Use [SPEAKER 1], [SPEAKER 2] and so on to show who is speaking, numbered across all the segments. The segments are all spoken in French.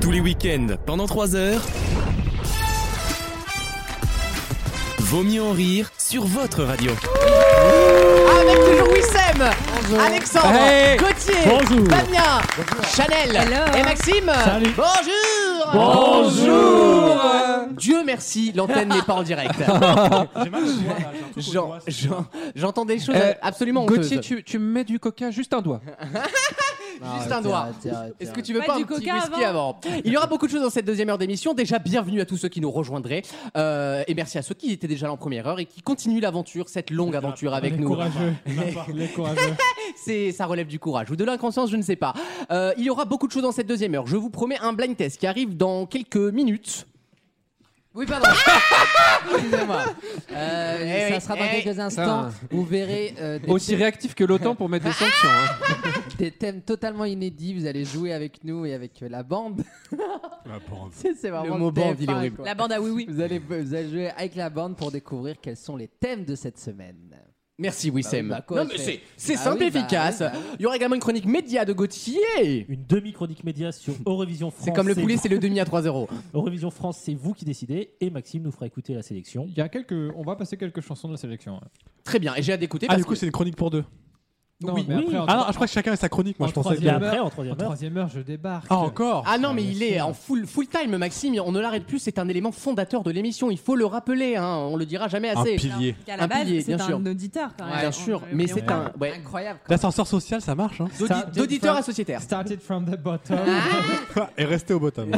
[SPEAKER 1] Tous les week-ends, pendant 3 heures. Vaut mieux en rire sur votre radio.
[SPEAKER 2] Avec toujours Wissem, Alexandre,
[SPEAKER 3] Hey.
[SPEAKER 2] Gauthier,
[SPEAKER 3] Bonjour.
[SPEAKER 2] Damien, Chanel
[SPEAKER 4] Hello.
[SPEAKER 2] et Maxime.
[SPEAKER 3] Salut.
[SPEAKER 2] Bonjour.
[SPEAKER 3] Bonjour.
[SPEAKER 2] Dieu merci, l'antenne n'est pas en direct. J'en- j'en- J'entends des choses
[SPEAKER 3] Euh,
[SPEAKER 2] absolument honteuses.
[SPEAKER 3] Gauthier, tu, tu me mets du coca juste un doigt.
[SPEAKER 2] Juste un doigt. Est-ce que tu veux
[SPEAKER 4] Pas
[SPEAKER 2] pas,
[SPEAKER 4] du
[SPEAKER 2] un petit
[SPEAKER 4] coca
[SPEAKER 2] whisky avant, Il y aura beaucoup de choses dans cette deuxième heure d'émission. Déjà, bienvenue à tous ceux qui nous rejoindraient. Euh, et merci à ceux qui étaient déjà là en première heure et qui continuent l'aventure, cette longue aventure avec nous.
[SPEAKER 5] Courageux. Les courageux.
[SPEAKER 2] C'est, ça relève du courage ou de l'inconscience, je ne sais pas. Euh, il y aura beaucoup de choses dans cette deuxième heure. Je vous promets un blind test qui arrive dans quelques minutes.
[SPEAKER 6] Oui, pardon. Excusez-moi. Euh,
[SPEAKER 2] Eh
[SPEAKER 6] ça
[SPEAKER 2] oui,
[SPEAKER 6] sera dans
[SPEAKER 2] eh
[SPEAKER 6] quelques instants.
[SPEAKER 7] hein.
[SPEAKER 6] Vous verrez euh, des,
[SPEAKER 3] Aussi réactif que l'OTAN pour mettre des sanctions. hein.
[SPEAKER 6] des thèmes totalement inédits. Vous allez jouer avec nous et avec euh, la bande. C'est c'est vraiment
[SPEAKER 2] Le mot bande, il est
[SPEAKER 6] TF1,
[SPEAKER 2] horrible.
[SPEAKER 6] quoi.
[SPEAKER 4] La bande à oui oui.
[SPEAKER 6] Vous allez, vous allez jouer avec la bande pour découvrir quels sont les thèmes de cette semaine.
[SPEAKER 2] Merci Wissem.
[SPEAKER 6] Bah oui, bah, quoi,
[SPEAKER 2] non mais
[SPEAKER 6] c'est-
[SPEAKER 2] c'est, c'est
[SPEAKER 6] Bah
[SPEAKER 2] simple
[SPEAKER 6] oui,
[SPEAKER 2] et
[SPEAKER 6] bah
[SPEAKER 2] efficace.
[SPEAKER 6] oui, bah oui.
[SPEAKER 2] Il y aura également une chronique média de Gauthier.
[SPEAKER 5] Une demi-chronique média sur Eurovision France.
[SPEAKER 2] C'est comme le poulet, c'est le demi à 3 euros.
[SPEAKER 5] Eurovision France, c'est vous qui décidez. Et Maxime nous fera écouter la sélection.
[SPEAKER 7] Il y a quelques, on va passer quelques chansons de la sélection.
[SPEAKER 2] Très bien, et j'ai hâte d'écouter.
[SPEAKER 7] Ah,
[SPEAKER 2] parce
[SPEAKER 7] du coup,
[SPEAKER 2] que-
[SPEAKER 7] c'est une chronique pour deux. Non,
[SPEAKER 5] Oui.
[SPEAKER 7] mais
[SPEAKER 5] Oui.
[SPEAKER 7] après, en,
[SPEAKER 5] Ah,
[SPEAKER 7] ah, je crois que chacun a sa chronique. Moi,
[SPEAKER 5] En
[SPEAKER 7] je pensais que.
[SPEAKER 5] troisième heure. Après, en troisième
[SPEAKER 7] en
[SPEAKER 5] heure.
[SPEAKER 7] troisième heure, je débarque. Ah, encore
[SPEAKER 2] Ah non, mais il est en full, full time, Maxime. On ne l'arrête plus. C'est un élément fondateur de l'émission. Il faut le rappeler. Hein. On le dira jamais
[SPEAKER 7] Un
[SPEAKER 2] assez.
[SPEAKER 7] pilier.
[SPEAKER 4] À la
[SPEAKER 2] Un
[SPEAKER 4] base,
[SPEAKER 2] pilier,
[SPEAKER 4] c'est
[SPEAKER 2] bien sûr.
[SPEAKER 4] un auditeur quand même.
[SPEAKER 2] Bien sûr, mais c'est un ouais,
[SPEAKER 6] Incroyable. quoi.
[SPEAKER 7] L'ascenseur social, ça marche. Hein.
[SPEAKER 2] d'audi-
[SPEAKER 7] Ça-
[SPEAKER 2] d'auditeur à sociétaire.
[SPEAKER 7] Started from the bottom.
[SPEAKER 2] Ah,
[SPEAKER 7] Et restez au bottom.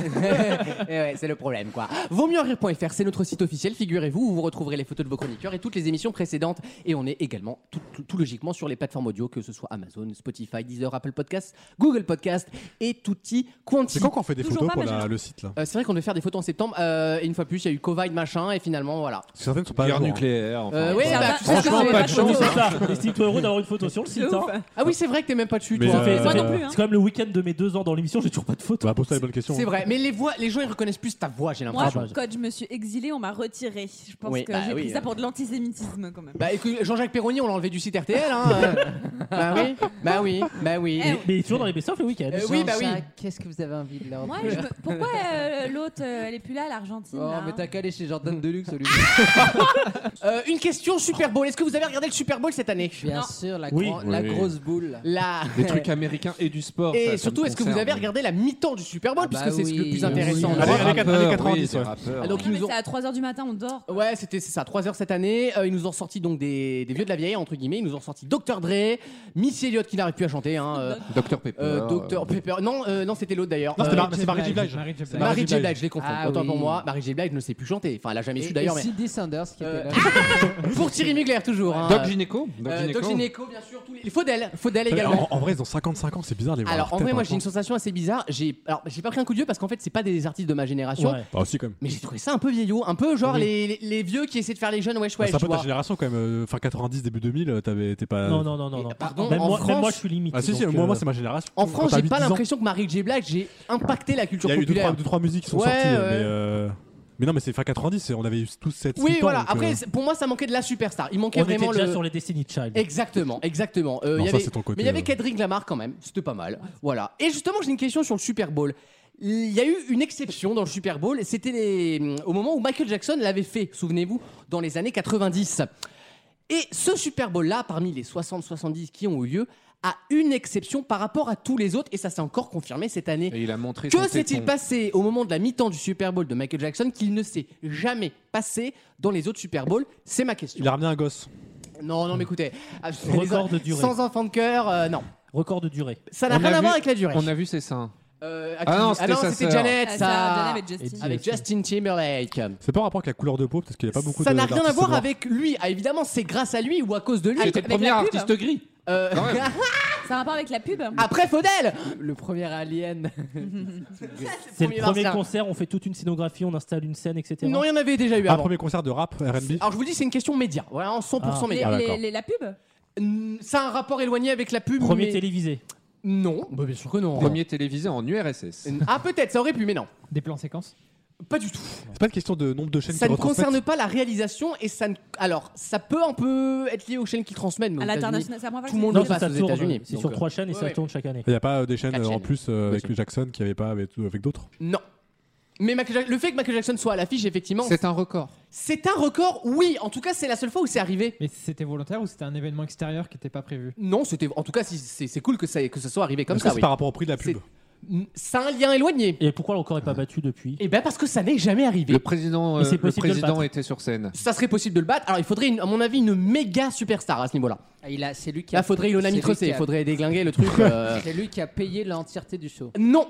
[SPEAKER 2] Eh ouais, c'est le problème, quoi. Vaut mieux en rire.fr, c'est notre site officiel, figurez-vous, où vous retrouverez les photos de vos chroniqueurs et toutes les émissions précédentes. Et on est également, tout, tout- tout logiquement, sur les plateformes audio, que ce soit Amazon, Spotify, Deezer, Apple Podcast, Google Podcast et Tutti Quanti.
[SPEAKER 7] C'est quand qu'on fait des
[SPEAKER 4] Toujours
[SPEAKER 7] photos
[SPEAKER 4] pas,
[SPEAKER 7] pour
[SPEAKER 4] mais
[SPEAKER 7] la-
[SPEAKER 4] j'ai-
[SPEAKER 7] le site là
[SPEAKER 2] Euh, c'est vrai qu'on devait faire des photos en septembre, euh, et une fois plus, il y a eu Covid, machin, et finalement, voilà.
[SPEAKER 7] Parce que Certaines sont pas à jour, hein.
[SPEAKER 3] nucléaire.
[SPEAKER 2] Euh, ouais,
[SPEAKER 4] ça
[SPEAKER 2] bah,
[SPEAKER 4] va-
[SPEAKER 2] tu sais ce que
[SPEAKER 4] franchement,
[SPEAKER 2] c'est.
[SPEAKER 4] pas de
[SPEAKER 5] C'est ça.
[SPEAKER 2] hein.
[SPEAKER 5] Estime-toi heureux d'avoir une photo sur le site. hein.
[SPEAKER 2] Ah oui, c'est vrai que t'es même pas dessus,
[SPEAKER 7] Mais,
[SPEAKER 2] toi.
[SPEAKER 7] euh,
[SPEAKER 4] Moi
[SPEAKER 5] Ça
[SPEAKER 4] non
[SPEAKER 5] fait-
[SPEAKER 4] plus. hein.
[SPEAKER 5] C'est quand même le week-end de mes deux ans dans l'émission, j'ai toujours pas de photo.
[SPEAKER 7] Bah, pose-toi les bonnes questions.
[SPEAKER 2] C'est vrai, mais les voix, les gens ils reconnaissent plus ta voix, j'ai
[SPEAKER 4] Moi,
[SPEAKER 2] l'impression.
[SPEAKER 5] bah, je-
[SPEAKER 4] quand je me suis exilée, on m'a retiré. Je pense
[SPEAKER 2] Oui,
[SPEAKER 4] que
[SPEAKER 2] bah
[SPEAKER 4] j'ai
[SPEAKER 2] oui,
[SPEAKER 4] pris
[SPEAKER 2] hein.
[SPEAKER 4] ça pour de l'antisémitisme quand même.
[SPEAKER 2] Bah écoute, Jean-Jacques Perroni, on l'a enlevé du site RTL, hein. euh. bah oui, bah oui, bah oui.
[SPEAKER 4] Eh,
[SPEAKER 5] Mais toujours dans les best-of le week-end.
[SPEAKER 2] Euh, oui, bah oui.
[SPEAKER 6] Jean-Jacques, Qu'est-ce que vous avez envie de leur
[SPEAKER 4] Moi,
[SPEAKER 6] dire
[SPEAKER 4] je me- pourquoi euh, l'autre, euh, elle est plus là, l'Argentine
[SPEAKER 6] Oh,
[SPEAKER 4] là,
[SPEAKER 6] mais
[SPEAKER 4] hein
[SPEAKER 6] t'as qu'à aller chez
[SPEAKER 2] Mm.
[SPEAKER 6] Jordan Deluxe au lieu.
[SPEAKER 2] Euh, une question Super Bowl. Est-ce que vous avez regardé le Super Bowl cette année
[SPEAKER 6] Bien
[SPEAKER 4] Non.
[SPEAKER 6] sûr, la,
[SPEAKER 5] Oui.
[SPEAKER 6] grand- la
[SPEAKER 7] Oui.
[SPEAKER 6] grosse boule.
[SPEAKER 2] La...
[SPEAKER 3] Des trucs américains et du sport. ça, ça
[SPEAKER 2] Et
[SPEAKER 3] me
[SPEAKER 2] surtout, est-ce que vous
[SPEAKER 3] concerne.
[SPEAKER 2] avez regardé la mi-temps du Super Bowl
[SPEAKER 6] Ah bah
[SPEAKER 2] Puisque c'est ce le
[SPEAKER 6] oui.
[SPEAKER 2] plus intéressant.
[SPEAKER 3] Oui, des
[SPEAKER 7] Allez, allez, quatre-
[SPEAKER 3] rappeurs,
[SPEAKER 7] allez, 90,
[SPEAKER 3] oui, des
[SPEAKER 7] ouais.
[SPEAKER 3] rappeurs.
[SPEAKER 2] Ah, donc,
[SPEAKER 4] Non,
[SPEAKER 2] ils
[SPEAKER 4] mais
[SPEAKER 2] nous ont-
[SPEAKER 4] c'est à 3h du matin, on dort.
[SPEAKER 2] Ouais, c'était c'est ça, 3h cette année. Euh, ils nous ont sorti donc des, des vieux de la vieille, entre guillemets. Ils nous ont sorti Dr. Dre, Missy Elliott qui n'arrive plus à chanter. Hein, euh,
[SPEAKER 3] Dr Pepper.
[SPEAKER 2] euh, Dr. Pepper. Non, euh, non c'était l'autre d'ailleurs.
[SPEAKER 7] Non,
[SPEAKER 2] Euh,
[SPEAKER 7] c'était Mar- c'est Marie J. Blige.
[SPEAKER 5] Marie J. Blige.
[SPEAKER 2] Marie J. Blige, je les confonds.
[SPEAKER 6] Ah
[SPEAKER 2] Autant pour
[SPEAKER 6] oui.
[SPEAKER 2] moi, Marie J. Blige ne sait plus chanter. Enfin, elle a jamais
[SPEAKER 6] Et,
[SPEAKER 2] su d'ailleurs, mais.
[SPEAKER 6] et Cindy Sanders qui
[SPEAKER 2] Euh,
[SPEAKER 6] était là.
[SPEAKER 2] Pour Thierry Mugler, toujours. hein.
[SPEAKER 3] Doc Gynéco.
[SPEAKER 2] Euh, Doc Gynéco, bien sûr. Tous les... Faudel, Faudel également.
[SPEAKER 7] En, en vrai, ils ont 55 ans, c'est bizarre de les voir.
[SPEAKER 2] Alors en vrai, moi j'ai une sensation assez bizarre. J'ai alors j'ai pas pris un coup de vieux parce qu'en fait c'est pas des artistes de ma génération.
[SPEAKER 5] Ouais.
[SPEAKER 7] Bah, aussi, quand même.
[SPEAKER 2] Mais j'ai trouvé ça un peu vieillot, un peu genre les, les, les vieux qui essaient de faire les jeunes wesh
[SPEAKER 7] Bah,
[SPEAKER 2] wesh.
[SPEAKER 7] C'est un peu
[SPEAKER 2] tu vois.
[SPEAKER 7] ta génération quand même. euh, Fin 90, début 2000, t'avais- t'es pas.
[SPEAKER 5] Non, non, non, non.
[SPEAKER 2] Mais,
[SPEAKER 5] non.
[SPEAKER 2] pardon,
[SPEAKER 5] même,
[SPEAKER 2] en
[SPEAKER 5] moi, même moi,
[SPEAKER 2] France-
[SPEAKER 5] je suis limite.
[SPEAKER 7] Ah, si, si,
[SPEAKER 5] donc,
[SPEAKER 7] moi,
[SPEAKER 5] euh,
[SPEAKER 7] moi, c'est ma génération.
[SPEAKER 2] En
[SPEAKER 7] Quand
[SPEAKER 2] France,
[SPEAKER 7] t'as
[SPEAKER 2] j'ai pas
[SPEAKER 7] 8-10 ans,
[SPEAKER 2] l'impression que Marie J. Black j'ai impacté la culture
[SPEAKER 7] Il y a eu 2
[SPEAKER 2] populaire.
[SPEAKER 7] trois, deux, trois musiques qui sont
[SPEAKER 2] Ouais,
[SPEAKER 7] sorties.
[SPEAKER 2] ouais.
[SPEAKER 7] Mais, euh, mais non, mais c'est fin 90, on avait eu tous 7
[SPEAKER 2] Oui, voilà.
[SPEAKER 7] euh,
[SPEAKER 2] Après, c'est- pour moi, ça manquait de la superstar. Il manquait
[SPEAKER 5] On était
[SPEAKER 2] vraiment
[SPEAKER 5] déjà
[SPEAKER 2] le.
[SPEAKER 5] sur les Destiny Child.
[SPEAKER 2] Exactement, exactement. Euh,
[SPEAKER 7] Non,
[SPEAKER 2] il y
[SPEAKER 7] ça,
[SPEAKER 2] avait-
[SPEAKER 7] c'est ton côté,
[SPEAKER 2] Mais il y avait
[SPEAKER 7] euh.
[SPEAKER 2] Kendrick Lamar quand même, c'était pas mal. Voilà. Et justement, j'ai une question sur le Super Bowl. Il y a eu une exception dans le Super Bowl, et c'était les- mm, au moment où Michael Jackson l'avait fait, souvenez-vous, dans les années 90. Et ce Super Bowl-là, parmi les 60-70 qui ont eu lieu, a une exception par rapport à tous les autres, et ça s'est encore confirmé cette année.
[SPEAKER 3] Et il a montré son
[SPEAKER 2] Que s'est-il
[SPEAKER 3] téton.
[SPEAKER 2] passé au moment de la mi-temps du Super Bowl de Michael Jackson qu'il ne s'est jamais passé dans les autres Super Bowls C'est ma question.
[SPEAKER 7] Il a ramené un gosse.
[SPEAKER 2] Non, non, mais écoutez, ah,
[SPEAKER 5] Record
[SPEAKER 2] les-
[SPEAKER 5] de durée.
[SPEAKER 2] sans enfant de cœur, euh, non.
[SPEAKER 5] Record de durée.
[SPEAKER 2] Ça n'a
[SPEAKER 3] On a
[SPEAKER 2] rien à
[SPEAKER 3] vu-
[SPEAKER 2] voir avec la durée.
[SPEAKER 3] On a vu ses seins.
[SPEAKER 2] Euh,
[SPEAKER 3] Ah non,
[SPEAKER 2] actu-
[SPEAKER 3] c'était sa sœur.
[SPEAKER 2] Janet,
[SPEAKER 4] Ah, ça,
[SPEAKER 2] ça.
[SPEAKER 4] Janet avec Justin.
[SPEAKER 2] Avec Justin Timberlake.
[SPEAKER 7] C'est pas en rapport avec la couleur de peau, parce qu'il y a pas beaucoup de.
[SPEAKER 2] ça n'a rien à
[SPEAKER 7] d'artistes
[SPEAKER 2] voir
[SPEAKER 7] noirs.
[SPEAKER 2] avec lui. Ah, évidemment, c'est grâce à lui ou à cause de lui.
[SPEAKER 3] C'était le
[SPEAKER 4] avec la
[SPEAKER 3] premier
[SPEAKER 4] pub.
[SPEAKER 3] artiste gris.
[SPEAKER 2] Euh,
[SPEAKER 3] Quand même.
[SPEAKER 4] Ça a rapport avec la pub
[SPEAKER 2] Après Faudel
[SPEAKER 6] Le premier alien.
[SPEAKER 5] C'est le premier
[SPEAKER 2] Martien.
[SPEAKER 5] concert, hein. on fait toute une scénographie, on installe une scène, etc.
[SPEAKER 2] Non, il y en avait déjà eu
[SPEAKER 7] Un
[SPEAKER 2] avant.
[SPEAKER 7] premier concert de rap RB.
[SPEAKER 2] Alors je vous dis, c'est une question média. Voilà, en 100%
[SPEAKER 5] Ah.
[SPEAKER 4] Les-
[SPEAKER 2] média.
[SPEAKER 7] Ah,
[SPEAKER 4] les-
[SPEAKER 7] d'accord.
[SPEAKER 4] les- La pub
[SPEAKER 2] Hum, Ça a un rapport éloigné avec la pub.
[SPEAKER 5] Premier
[SPEAKER 2] mais-
[SPEAKER 5] télévisé.
[SPEAKER 2] Non, bah, bien sûr que non.
[SPEAKER 8] hein.
[SPEAKER 3] Premier télévisé en URSS.
[SPEAKER 2] Ah, peut-être, ça aurait pu, mais non.
[SPEAKER 5] Des plans séquences
[SPEAKER 2] Pas du tout.
[SPEAKER 7] C'est pas une question de nombre de chaînes
[SPEAKER 2] Ça
[SPEAKER 7] qui
[SPEAKER 2] ne
[SPEAKER 7] retransmettent.
[SPEAKER 2] concerne pas la réalisation et ça ne... Alors, ça peut un peu être lié aux chaînes qui transmettent. mais
[SPEAKER 4] À
[SPEAKER 2] aux États-Unis-
[SPEAKER 4] l'international, c'est la première fois que
[SPEAKER 2] Tout le
[SPEAKER 4] je
[SPEAKER 2] monde
[SPEAKER 4] le
[SPEAKER 2] le
[SPEAKER 4] fais.
[SPEAKER 2] passe
[SPEAKER 5] ça
[SPEAKER 2] aux
[SPEAKER 5] tourne.
[SPEAKER 2] États-Unis,
[SPEAKER 5] C'est
[SPEAKER 2] donc,
[SPEAKER 5] sur
[SPEAKER 2] euh,
[SPEAKER 5] trois chaînes et
[SPEAKER 2] ouais,
[SPEAKER 5] ça tourne chaque année.
[SPEAKER 7] Il n'y a pas euh, des chaînes
[SPEAKER 2] Quatre
[SPEAKER 7] euh, en
[SPEAKER 2] chaînes.
[SPEAKER 7] plus euh, avec
[SPEAKER 2] Possible.
[SPEAKER 7] Jackson qu'il n'y avait pas avec, avec d'autres.
[SPEAKER 2] Non. Mais Michael Jack- le fait que Michael Jackson soit à l'affiche, effectivement,
[SPEAKER 6] C'est un record.
[SPEAKER 2] c'est un record, oui. En tout cas, c'est la seule fois où c'est arrivé.
[SPEAKER 9] Mais c'était volontaire ou c'était un événement extérieur qui n'était pas prévu
[SPEAKER 2] Non, c'était. En tout cas, si- c'est c'est cool que ça, que ça soit arrivé comme
[SPEAKER 7] Est-ce que
[SPEAKER 2] ça,
[SPEAKER 7] c'est
[SPEAKER 2] oui.
[SPEAKER 7] par rapport au prix de la pub.
[SPEAKER 2] Mm, Ça a un lien éloigné.
[SPEAKER 5] Et pourquoi le record n'est pas battu depuis
[SPEAKER 2] Eh ben parce que ça n'est jamais arrivé.
[SPEAKER 8] Le président,
[SPEAKER 5] Mais
[SPEAKER 8] euh,
[SPEAKER 5] c'est
[SPEAKER 8] le
[SPEAKER 5] possible de le
[SPEAKER 8] président
[SPEAKER 5] battre.
[SPEAKER 8] était sur scène.
[SPEAKER 2] Ça serait possible de le battre. Alors, il faudrait, une- à mon avis, une méga superstar à ce niveau-là.
[SPEAKER 6] Ah, il a, c'est lui qui a.
[SPEAKER 2] Là, faudrait Ilona
[SPEAKER 6] c'est lui
[SPEAKER 2] Mitrosé,
[SPEAKER 6] qui
[SPEAKER 2] il
[SPEAKER 6] a-
[SPEAKER 2] faudrait déglinguer le truc. euh,
[SPEAKER 6] C'est lui qui a payé l'entièreté du show.
[SPEAKER 2] Non,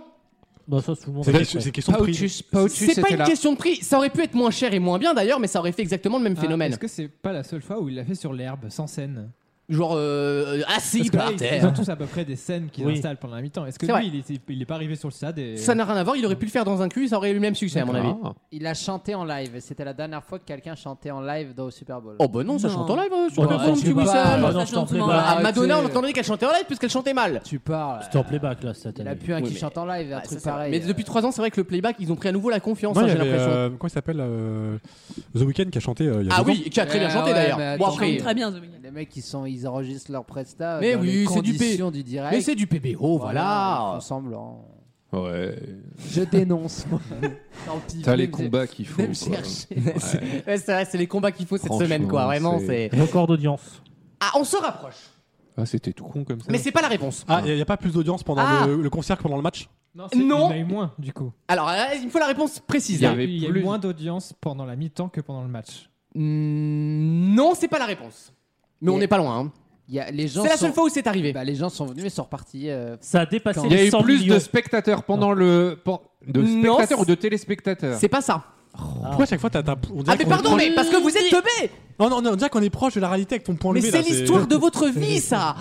[SPEAKER 5] Bah ça, tout le monde.
[SPEAKER 7] C'est
[SPEAKER 5] le
[SPEAKER 7] une-
[SPEAKER 5] fait.
[SPEAKER 7] c'est une question de prix.
[SPEAKER 8] Pautus, Pautus
[SPEAKER 2] c'est pas
[SPEAKER 8] était
[SPEAKER 2] une
[SPEAKER 8] là.
[SPEAKER 2] question de prix. Ça aurait pu être moins cher et moins bien d'ailleurs, mais ça aurait fait exactement le même
[SPEAKER 9] Ah,
[SPEAKER 2] phénomène.
[SPEAKER 9] Est-ce que c'est pas la seule fois où il l'a fait sur l'herbe, sans scène
[SPEAKER 2] Genre euh, assis
[SPEAKER 9] Parce que là,
[SPEAKER 2] par
[SPEAKER 9] ils-
[SPEAKER 2] terre.
[SPEAKER 9] Ils ont tous à peu près des scènes qu'ils
[SPEAKER 5] Oui.
[SPEAKER 9] installent pendant la mi-temps. Est-ce que
[SPEAKER 2] C'est vrai.
[SPEAKER 9] lui, il est, il est pas arrivé sur le stade et...
[SPEAKER 2] Ça n'a rien à voir, il aurait pu le faire dans un cul, ça aurait eu le même succès à mon avis.
[SPEAKER 8] Ah.
[SPEAKER 6] Il a chanté en live. C'était la dernière fois que quelqu'un chantait en live dans le Super Bowl.
[SPEAKER 2] Oh bah non, ça
[SPEAKER 4] Non.
[SPEAKER 2] chante en live euh, sur
[SPEAKER 5] Ouais,
[SPEAKER 2] le
[SPEAKER 5] bah,
[SPEAKER 2] Bowl,
[SPEAKER 5] je
[SPEAKER 2] petit
[SPEAKER 5] sais pas,
[SPEAKER 2] Wilson.
[SPEAKER 5] bah non, je t'en
[SPEAKER 4] Franchement,
[SPEAKER 5] prie,
[SPEAKER 4] tout le
[SPEAKER 5] bah,
[SPEAKER 2] Bah,
[SPEAKER 6] arrêtez.
[SPEAKER 2] Madonna, on entendait qu'elle chantait en live puisqu'elle chantait mal.
[SPEAKER 6] Tu parles.
[SPEAKER 5] C'était en playback là cette
[SPEAKER 6] Il n'y en a
[SPEAKER 5] année.
[SPEAKER 6] plus un
[SPEAKER 2] Oui,
[SPEAKER 6] qui
[SPEAKER 2] mais-
[SPEAKER 6] chante en live, un
[SPEAKER 2] Ouais, ça,
[SPEAKER 6] truc
[SPEAKER 2] c'est vrai.
[SPEAKER 6] pareil.
[SPEAKER 2] mais depuis 3 ans, c'est vrai que le playback, ils ont pris à nouveau la confiance,
[SPEAKER 7] Non,
[SPEAKER 2] hein,
[SPEAKER 7] il y
[SPEAKER 2] j'ai
[SPEAKER 7] avait,
[SPEAKER 2] l'impression.
[SPEAKER 7] euh, comment il s'appelle euh, The Weeknd qui a chanté euh, il y a
[SPEAKER 2] Ah
[SPEAKER 7] deux ans.
[SPEAKER 2] oui, qui a très bien
[SPEAKER 6] Ouais,
[SPEAKER 2] chanté
[SPEAKER 6] ouais,
[SPEAKER 2] d'ailleurs.
[SPEAKER 6] mais
[SPEAKER 2] Bon,
[SPEAKER 6] attends,
[SPEAKER 2] après,
[SPEAKER 4] Chante Très bien, Dominique.
[SPEAKER 6] Les mecs, ils, sont, ils enregistrent leur presta.
[SPEAKER 2] Mais
[SPEAKER 6] dans
[SPEAKER 2] oui,
[SPEAKER 6] les
[SPEAKER 2] c'est du P-
[SPEAKER 6] conditions du direct.
[SPEAKER 2] mais c'est du PBO, voilà.
[SPEAKER 6] Ils font semblant.
[SPEAKER 8] Ouais.
[SPEAKER 6] Je dénonce, moi. Dans le petit
[SPEAKER 8] T'as
[SPEAKER 6] film,
[SPEAKER 8] les
[SPEAKER 6] c'est-
[SPEAKER 8] combats qu'il faut.
[SPEAKER 6] venez me
[SPEAKER 8] quoi.
[SPEAKER 6] chercher.
[SPEAKER 2] Ouais, c'est vrai, c'est les combats qu'il faut cette semaine, quoi.
[SPEAKER 8] Franchement,
[SPEAKER 2] Vraiment, c'est.
[SPEAKER 8] c'est-
[SPEAKER 5] Record d'audience.
[SPEAKER 2] Ah, on se rapproche.
[SPEAKER 8] Ah, c'était tout.
[SPEAKER 3] Tout con comme ça.
[SPEAKER 2] Mais c'est pas la réponse.
[SPEAKER 7] Ah, il n'y a pas plus d'audience pendant
[SPEAKER 2] Ah.
[SPEAKER 7] le, le concert que pendant le match
[SPEAKER 9] Non, c'est-
[SPEAKER 2] Non.
[SPEAKER 9] Il y en a eu moins, du coup.
[SPEAKER 2] Alors, là, il me faut la réponse précise.
[SPEAKER 8] Il y
[SPEAKER 2] là.
[SPEAKER 8] avait
[SPEAKER 9] Il y a eu
[SPEAKER 8] plus-
[SPEAKER 9] moins d'audience pendant la mi-temps que pendant le match.
[SPEAKER 2] Mm, Non, c'est pas la réponse. Mais on
[SPEAKER 6] Mais-
[SPEAKER 2] n'est pas loin. hein.
[SPEAKER 6] Il y a- les gens
[SPEAKER 2] C'est la
[SPEAKER 6] sont-
[SPEAKER 2] seule fois où c'est arrivé.
[SPEAKER 6] Bah, les gens sont venus et sont repartis. euh,
[SPEAKER 5] Ça a dépassé
[SPEAKER 8] Il y a
[SPEAKER 5] les
[SPEAKER 8] eu
[SPEAKER 5] 100
[SPEAKER 8] plus
[SPEAKER 5] millions.
[SPEAKER 8] de spectateurs pendant le. pen- De
[SPEAKER 2] Non,
[SPEAKER 8] spectateurs ou
[SPEAKER 2] c'est-
[SPEAKER 8] de téléspectateurs
[SPEAKER 2] C'est pas ça.
[SPEAKER 7] Pourquoi à chaque fois t'as. t'as- on dirait
[SPEAKER 2] Ah, mais
[SPEAKER 7] qu'on est
[SPEAKER 2] pardon,
[SPEAKER 7] proche-
[SPEAKER 2] mais parce que vous êtes teubés
[SPEAKER 7] Non, non, non, on dirait qu'on est proche de la réalité avec ton point
[SPEAKER 2] Mais
[SPEAKER 7] levé
[SPEAKER 2] c'est
[SPEAKER 7] là.
[SPEAKER 2] l'histoire de votre vie, ça